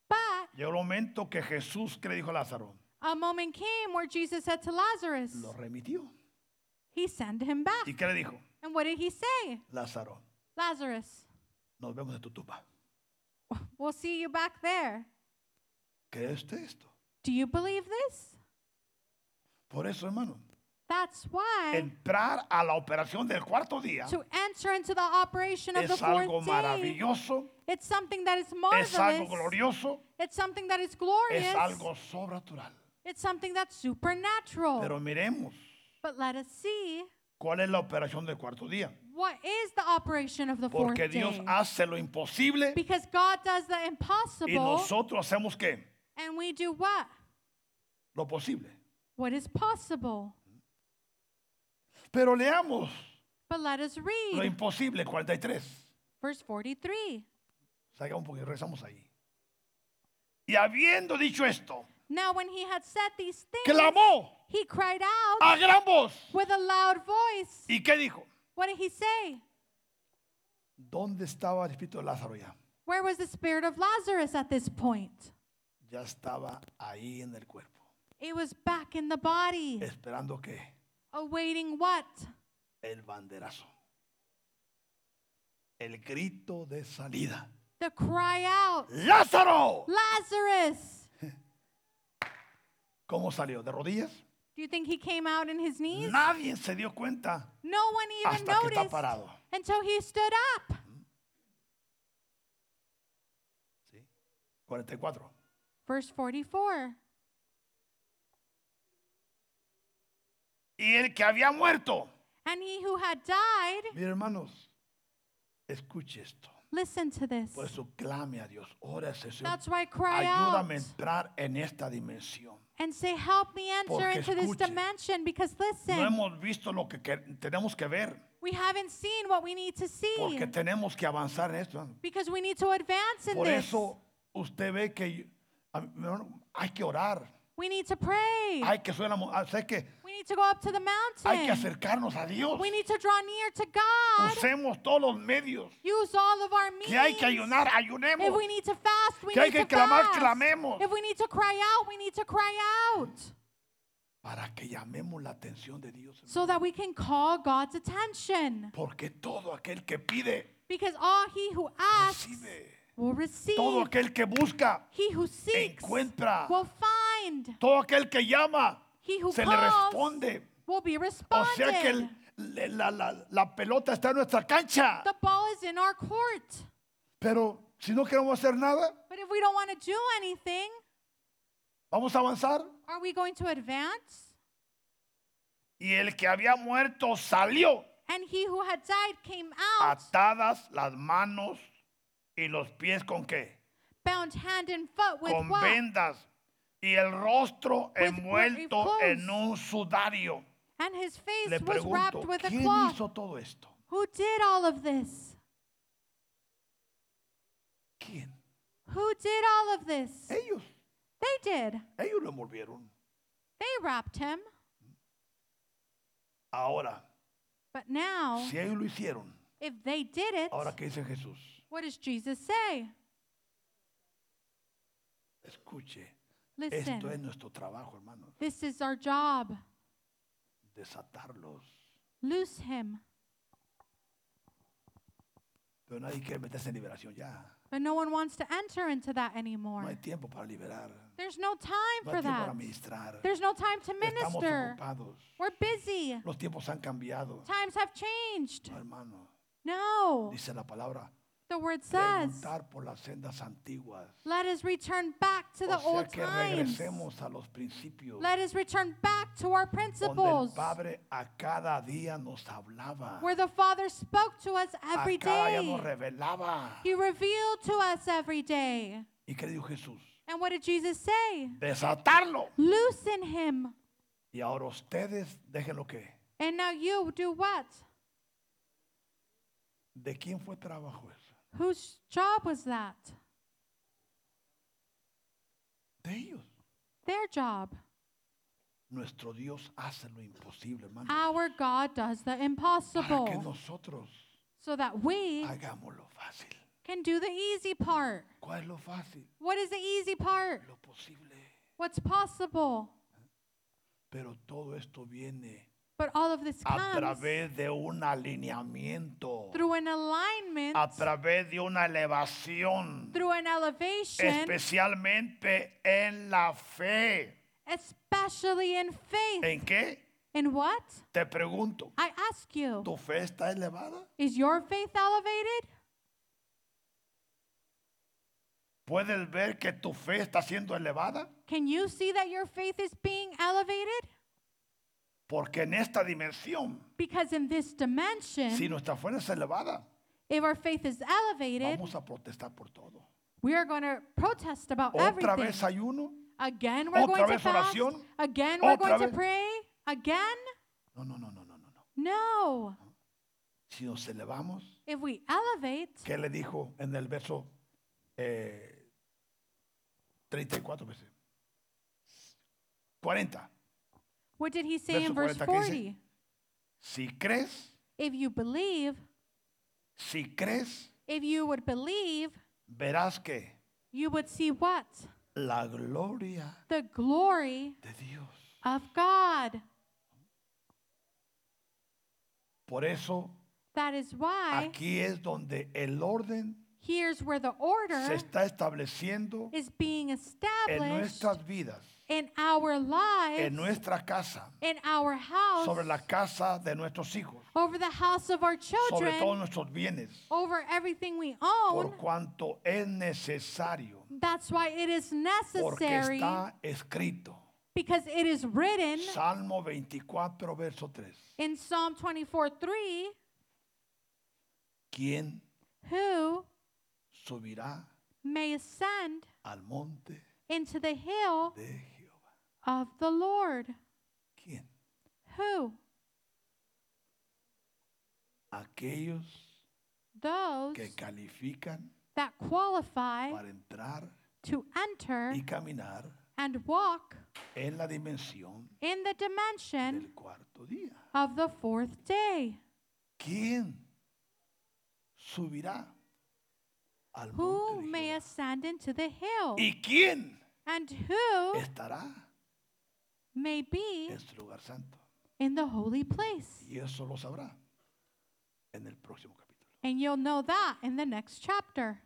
[SPEAKER 2] But
[SPEAKER 1] llegó el momento que Jesús, que le dijo a Lázaro?
[SPEAKER 2] a moment came where Jesus said to Lazarus,
[SPEAKER 1] Lo remitió.
[SPEAKER 2] He sent him back.
[SPEAKER 1] ¿Y qué le dijo?
[SPEAKER 2] And what did he say?
[SPEAKER 1] Lázaro,
[SPEAKER 2] Lazarus,
[SPEAKER 1] nos vemos en tu tumba.
[SPEAKER 2] we'll see you back there.
[SPEAKER 1] ¿Cree usted esto?
[SPEAKER 2] Do you believe this?
[SPEAKER 1] Por eso, hermano,
[SPEAKER 2] That's why
[SPEAKER 1] entrar a la operación del cuarto día
[SPEAKER 2] to enter into the operation of the
[SPEAKER 1] es algo
[SPEAKER 2] fourth day,
[SPEAKER 1] maravilloso,
[SPEAKER 2] it's something that is
[SPEAKER 1] es algo
[SPEAKER 2] marvelous,
[SPEAKER 1] glorioso,
[SPEAKER 2] it's something that is
[SPEAKER 1] es
[SPEAKER 2] glorious,
[SPEAKER 1] algo sobrenatural.
[SPEAKER 2] it's something that's supernatural.
[SPEAKER 1] Pero miremos
[SPEAKER 2] But let us see
[SPEAKER 1] cuál es la operación del cuarto día.
[SPEAKER 2] What is the operation of the fourth
[SPEAKER 1] Porque Dios
[SPEAKER 2] day?
[SPEAKER 1] hace lo imposible
[SPEAKER 2] Because God does the
[SPEAKER 1] y
[SPEAKER 2] impossible,
[SPEAKER 1] nosotros hacemos qué?
[SPEAKER 2] and we do what?
[SPEAKER 1] Lo posible.
[SPEAKER 2] What is possible.
[SPEAKER 1] Pero leamos
[SPEAKER 2] But let us
[SPEAKER 1] lo
[SPEAKER 2] read
[SPEAKER 1] imposible, 43.
[SPEAKER 2] verse 43.
[SPEAKER 1] Salga un poquito, regresamos ahí. Y habiendo dicho esto,
[SPEAKER 2] Now, when he had said these things,
[SPEAKER 1] clamó Ah.
[SPEAKER 2] he cried out
[SPEAKER 1] a gran voz.
[SPEAKER 2] with a loud voice.
[SPEAKER 1] ¿Y qué dijo?
[SPEAKER 2] What did he say?
[SPEAKER 1] ¿Dónde estaba el espíritu de Lázaro ya?
[SPEAKER 2] Where was the spirit of Lazarus at this point?
[SPEAKER 1] Ya estaba ahí en el cuerpo,
[SPEAKER 2] It was back in the body,
[SPEAKER 1] esperando que
[SPEAKER 2] awaiting what?
[SPEAKER 1] el banderazo, el grito de salida.
[SPEAKER 2] The cry out,
[SPEAKER 1] ¡Lázaro!
[SPEAKER 2] Lazarus!
[SPEAKER 1] ¿Cómo salió? ¿De rodillas?
[SPEAKER 2] Do you think he came out in his knees?
[SPEAKER 1] Nadie se dio cuenta
[SPEAKER 2] No one even
[SPEAKER 1] hasta que está
[SPEAKER 2] noticed
[SPEAKER 1] parado.
[SPEAKER 2] until he stood up.
[SPEAKER 1] ¿Sí? 44.
[SPEAKER 2] Verse 44.
[SPEAKER 1] Y el que había muerto.
[SPEAKER 2] And he who had died,
[SPEAKER 1] Miren, hermanos, escuche esto.
[SPEAKER 2] listen to this.
[SPEAKER 1] Por eso clame a Dios, órese, Señor.
[SPEAKER 2] That's why cry out
[SPEAKER 1] Ayúdame a entrar en esta dimensión.
[SPEAKER 2] and say, Help me enter
[SPEAKER 1] Porque
[SPEAKER 2] into this
[SPEAKER 1] escuche,
[SPEAKER 2] dimension because
[SPEAKER 1] No
[SPEAKER 2] listen,
[SPEAKER 1] hemos visto lo que, que tenemos que ver,
[SPEAKER 2] we haven't seen what we need to see
[SPEAKER 1] porque tenemos que avanzar en esto. hermano.
[SPEAKER 2] because we need to advance in
[SPEAKER 1] Por
[SPEAKER 2] this.
[SPEAKER 1] eso usted ve que yo- a mí, hermano, hay que orar,
[SPEAKER 2] We need to pray.
[SPEAKER 1] hay que subir la mo- ah, sé que
[SPEAKER 2] We need to go up to the
[SPEAKER 1] hay que
[SPEAKER 2] mountain.
[SPEAKER 1] acercarnos a Dios.
[SPEAKER 2] We need to draw near to God.
[SPEAKER 1] Usemos todos los medios.
[SPEAKER 2] Use all of our
[SPEAKER 1] Que hay que
[SPEAKER 2] means.
[SPEAKER 1] ayunar,
[SPEAKER 2] If
[SPEAKER 1] ayunemos.
[SPEAKER 2] we need to fast, we
[SPEAKER 1] Que hay
[SPEAKER 2] need
[SPEAKER 1] que
[SPEAKER 2] to
[SPEAKER 1] clamar,
[SPEAKER 2] fast.
[SPEAKER 1] clamemos.
[SPEAKER 2] If we need to cry out, we need to cry out
[SPEAKER 1] Para que llamemos la atención de Dios. hermano.
[SPEAKER 2] so that we can call God's attention.
[SPEAKER 1] Porque todo aquel que pide,
[SPEAKER 2] Because all he who asks
[SPEAKER 1] recibe.
[SPEAKER 2] will receive.
[SPEAKER 1] Todo aquel que busca,
[SPEAKER 2] he who seeks
[SPEAKER 1] encuentra.
[SPEAKER 2] will find.
[SPEAKER 1] Todo aquel que llama,
[SPEAKER 2] He who
[SPEAKER 1] se le
[SPEAKER 2] calls
[SPEAKER 1] responde.
[SPEAKER 2] will be
[SPEAKER 1] O
[SPEAKER 2] responded.
[SPEAKER 1] sea que el- le- la, la- la pelota está en nuestra cancha.
[SPEAKER 2] the ball is in our court.
[SPEAKER 1] Pero si no queremos hacer nada,
[SPEAKER 2] But if we don't want to do anything,
[SPEAKER 1] vamos a avanzar.
[SPEAKER 2] are we going to advance?
[SPEAKER 1] Y el que había muerto salió.
[SPEAKER 2] And he who had died came out,
[SPEAKER 1] atadas las manos y los pies con qué?
[SPEAKER 2] bound hand and foot with
[SPEAKER 1] con
[SPEAKER 2] what?
[SPEAKER 1] vendas y el rostro
[SPEAKER 2] With
[SPEAKER 1] envuelto
[SPEAKER 2] clothes.
[SPEAKER 1] en un sudario.
[SPEAKER 2] And his
[SPEAKER 1] Le
[SPEAKER 2] face was
[SPEAKER 1] pregunto,
[SPEAKER 2] wrapped with a
[SPEAKER 1] ¿quién
[SPEAKER 2] cloth.
[SPEAKER 1] hizo todo esto?
[SPEAKER 2] Who did all of this?
[SPEAKER 1] ¿Quién?
[SPEAKER 2] Who did all of this?
[SPEAKER 1] Ellos.
[SPEAKER 2] They did.
[SPEAKER 1] Ellos lo envolvieron.
[SPEAKER 2] They wrapped him.
[SPEAKER 1] Ahora,
[SPEAKER 2] But now,
[SPEAKER 1] si ellos lo hicieron,
[SPEAKER 2] if they did it,
[SPEAKER 1] ahora ¿qué dice Jesús?
[SPEAKER 2] what does Jesus say?
[SPEAKER 1] Escuche, esto es
[SPEAKER 2] Listen,
[SPEAKER 1] nuestro trabajo, hermanos.
[SPEAKER 2] this is our job.
[SPEAKER 1] Desatarlos.
[SPEAKER 2] Loose him.
[SPEAKER 1] Pero nadie quiere meterse en liberación ya.
[SPEAKER 2] But no one wants to enter into that anymore.
[SPEAKER 1] No hay tiempo para liberar. No
[SPEAKER 2] There's no time
[SPEAKER 1] hay
[SPEAKER 2] for
[SPEAKER 1] tiempo para
[SPEAKER 2] that.
[SPEAKER 1] ministrar.
[SPEAKER 2] There's no time to
[SPEAKER 1] Estamos
[SPEAKER 2] minister.
[SPEAKER 1] ocupados.
[SPEAKER 2] We're busy.
[SPEAKER 1] Los tiempos han cambiado.
[SPEAKER 2] Times have changed.
[SPEAKER 1] No, hermano.
[SPEAKER 2] No.
[SPEAKER 1] Dice la palabra.
[SPEAKER 2] The word says,
[SPEAKER 1] Preguntar por las sendas antiguas.
[SPEAKER 2] let us return back to the
[SPEAKER 1] o sea
[SPEAKER 2] old
[SPEAKER 1] que
[SPEAKER 2] times.
[SPEAKER 1] regresemos a los principios.
[SPEAKER 2] Let us return back to our
[SPEAKER 1] donde el
[SPEAKER 2] principles
[SPEAKER 1] Padre a cada día nos hablaba.
[SPEAKER 2] where the Father spoke to us every
[SPEAKER 1] a cada día
[SPEAKER 2] day.
[SPEAKER 1] nos revelaba.
[SPEAKER 2] He revealed to us every day.
[SPEAKER 1] ¿Y qué dijo Jesús?
[SPEAKER 2] And what did Jesus say?
[SPEAKER 1] Desatarlo.
[SPEAKER 2] Loosen him.
[SPEAKER 1] Y ahora ustedes, déjenlo que.
[SPEAKER 2] And now you do what?
[SPEAKER 1] ¿De quién fue trabajo eso?
[SPEAKER 2] Whose job was that?
[SPEAKER 1] De ellos.
[SPEAKER 2] Their job.
[SPEAKER 1] Nuestro Dios hace lo imposible, hermano.
[SPEAKER 2] Our God does the
[SPEAKER 1] para que
[SPEAKER 2] impossible
[SPEAKER 1] nosotros
[SPEAKER 2] so that we
[SPEAKER 1] hagamos lo fácil.
[SPEAKER 2] can do the easy part.
[SPEAKER 1] ¿Cuál es lo fácil?
[SPEAKER 2] What is the easy part?
[SPEAKER 1] Lo posible.
[SPEAKER 2] What's possible?
[SPEAKER 1] Pero todo esto viene
[SPEAKER 2] But all of this
[SPEAKER 1] a
[SPEAKER 2] comes
[SPEAKER 1] través de un alineamiento,
[SPEAKER 2] through an alignment,
[SPEAKER 1] a través de una elevación,
[SPEAKER 2] through an elevation,
[SPEAKER 1] especialmente en la fe.
[SPEAKER 2] especially in faith.
[SPEAKER 1] ¿En qué?
[SPEAKER 2] In what?
[SPEAKER 1] Te pregunto,
[SPEAKER 2] I ask you,
[SPEAKER 1] ¿tu fe está elevada?
[SPEAKER 2] is your faith elevated?
[SPEAKER 1] ¿Puedes ver que tu fe está siendo elevada?
[SPEAKER 2] Can you see that your faith is being elevated?
[SPEAKER 1] Porque en esta dimensión,
[SPEAKER 2] Because in this dimension,
[SPEAKER 1] si nuestra fe es elevada,
[SPEAKER 2] if our faith is elevated,
[SPEAKER 1] vamos a protestar por todo.
[SPEAKER 2] we are going to protest about
[SPEAKER 1] Otra
[SPEAKER 2] Oh, everything.
[SPEAKER 1] vez ayuno.
[SPEAKER 2] Again, we're
[SPEAKER 1] otra
[SPEAKER 2] going to
[SPEAKER 1] vez
[SPEAKER 2] fast.
[SPEAKER 1] oración.
[SPEAKER 2] Again, we're
[SPEAKER 1] Otra
[SPEAKER 2] going to
[SPEAKER 1] vez.
[SPEAKER 2] pray. Again?
[SPEAKER 1] No, no, no, no, no, no. no.
[SPEAKER 2] No.
[SPEAKER 1] Si nos elevamos,
[SPEAKER 2] If we elevate,
[SPEAKER 1] ¿qué le dijo en el verso eh, 34 veces? 40.
[SPEAKER 2] what did he say in
[SPEAKER 1] Verso
[SPEAKER 2] verse
[SPEAKER 1] 40, ¿qué dice?
[SPEAKER 2] 40?
[SPEAKER 1] Si crees,
[SPEAKER 2] If you believe,
[SPEAKER 1] si crees,
[SPEAKER 2] if you would believe,
[SPEAKER 1] verás que
[SPEAKER 2] you would see what?
[SPEAKER 1] la gloria
[SPEAKER 2] The glory
[SPEAKER 1] de Dios.
[SPEAKER 2] of God.
[SPEAKER 1] Por eso
[SPEAKER 2] That is why
[SPEAKER 1] aquí es donde el orden
[SPEAKER 2] here's where the order
[SPEAKER 1] se está estableciendo
[SPEAKER 2] is being
[SPEAKER 1] en
[SPEAKER 2] established
[SPEAKER 1] nuestras vidas,
[SPEAKER 2] in our
[SPEAKER 1] en
[SPEAKER 2] lives,
[SPEAKER 1] nuestra casa,
[SPEAKER 2] in our
[SPEAKER 1] sobre
[SPEAKER 2] house,
[SPEAKER 1] la casa de nuestros hijos,
[SPEAKER 2] over the house of our
[SPEAKER 1] sobre todos
[SPEAKER 2] children,
[SPEAKER 1] nuestros bienes.
[SPEAKER 2] over everything we own.
[SPEAKER 1] por cuanto es necesario,
[SPEAKER 2] That's why it is
[SPEAKER 1] porque
[SPEAKER 2] necessary
[SPEAKER 1] está escrito.
[SPEAKER 2] because it is written
[SPEAKER 1] Salmo 24, verso 3.
[SPEAKER 2] in Psalm 24 3
[SPEAKER 1] ¿Quién
[SPEAKER 2] Who
[SPEAKER 1] subirá
[SPEAKER 2] may ascend
[SPEAKER 1] al monte
[SPEAKER 2] into the hill
[SPEAKER 1] de Jehová?
[SPEAKER 2] of the Lord?
[SPEAKER 1] ¿Quién?
[SPEAKER 2] Who?
[SPEAKER 1] Aquellos
[SPEAKER 2] Those
[SPEAKER 1] que califican
[SPEAKER 2] that qualify
[SPEAKER 1] para entrar
[SPEAKER 2] to enter
[SPEAKER 1] y caminar
[SPEAKER 2] and walk
[SPEAKER 1] en la dimensión
[SPEAKER 2] in the dimension
[SPEAKER 1] del cuarto día.
[SPEAKER 2] of the fourth day.
[SPEAKER 1] ¿Quién subirá al
[SPEAKER 2] Who
[SPEAKER 1] monte de
[SPEAKER 2] may
[SPEAKER 1] Jehová?
[SPEAKER 2] ascend into the hill?
[SPEAKER 1] ¿Y quién
[SPEAKER 2] And who
[SPEAKER 1] estará
[SPEAKER 2] may be
[SPEAKER 1] en su lugar santo?
[SPEAKER 2] in the holy place?
[SPEAKER 1] Y eso lo sabrá en el próximo capítulo.
[SPEAKER 2] And you'll know that in the next chapter.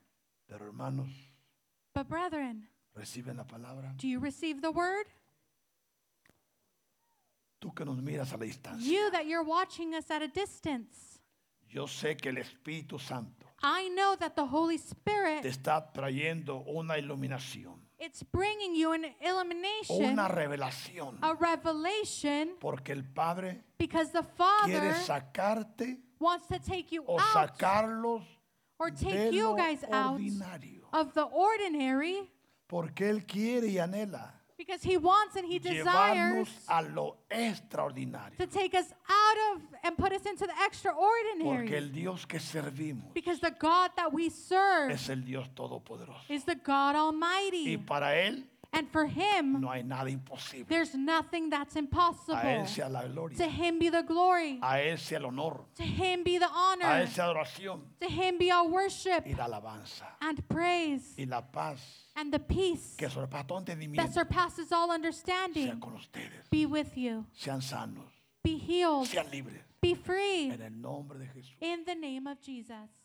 [SPEAKER 1] Pero hermanos,
[SPEAKER 2] But, brethren,
[SPEAKER 1] reciben la palabra.
[SPEAKER 2] do you receive the word?
[SPEAKER 1] Tú que nos miras a la distancia.
[SPEAKER 2] You that you're watching us at a distance,
[SPEAKER 1] Yo sé que el Espíritu Santo
[SPEAKER 2] I know that the Holy
[SPEAKER 1] te
[SPEAKER 2] Spirit
[SPEAKER 1] está trayendo una iluminación.
[SPEAKER 2] It's bringing you an
[SPEAKER 1] o una
[SPEAKER 2] illumination,
[SPEAKER 1] revelación.
[SPEAKER 2] a revelation,
[SPEAKER 1] Porque el Padre
[SPEAKER 2] because the
[SPEAKER 1] quiere
[SPEAKER 2] Father
[SPEAKER 1] sacarte
[SPEAKER 2] wants to take you
[SPEAKER 1] o
[SPEAKER 2] out
[SPEAKER 1] sacarlos
[SPEAKER 2] or
[SPEAKER 1] de
[SPEAKER 2] take you
[SPEAKER 1] lo
[SPEAKER 2] guys out
[SPEAKER 1] ordinario.
[SPEAKER 2] of the ordinary
[SPEAKER 1] Porque Él quiere y anhela
[SPEAKER 2] because He wants and He desires
[SPEAKER 1] llevarnos a lo extraordinario.
[SPEAKER 2] to take us out of and put us into the
[SPEAKER 1] Porque
[SPEAKER 2] extraordinary.
[SPEAKER 1] el Dios que servimos
[SPEAKER 2] Because the God that we serve
[SPEAKER 1] es el Dios todopoderoso.
[SPEAKER 2] is the God
[SPEAKER 1] Y
[SPEAKER 2] Almighty.
[SPEAKER 1] para Él
[SPEAKER 2] And for Him,
[SPEAKER 1] no hay nada imposible.
[SPEAKER 2] there's nothing that's
[SPEAKER 1] A
[SPEAKER 2] impossible.
[SPEAKER 1] Él sea la
[SPEAKER 2] To
[SPEAKER 1] gloria.
[SPEAKER 2] Him be the glory.
[SPEAKER 1] A Él sea el honor.
[SPEAKER 2] To Him be the
[SPEAKER 1] A
[SPEAKER 2] honor.
[SPEAKER 1] Él sea adoración
[SPEAKER 2] To Him be our worship
[SPEAKER 1] y la alabanza.
[SPEAKER 2] and praise
[SPEAKER 1] Y la paz
[SPEAKER 2] and the peace
[SPEAKER 1] que sobrepasa todo
[SPEAKER 2] that
[SPEAKER 1] entendimiento
[SPEAKER 2] surpasses all
[SPEAKER 1] sea
[SPEAKER 2] understanding
[SPEAKER 1] con ustedes.
[SPEAKER 2] be with you.
[SPEAKER 1] Sean sanos.
[SPEAKER 2] Be healed.
[SPEAKER 1] Sean libres.
[SPEAKER 2] Be free
[SPEAKER 1] En el nombre de Jesús.
[SPEAKER 2] in the name of Jesus.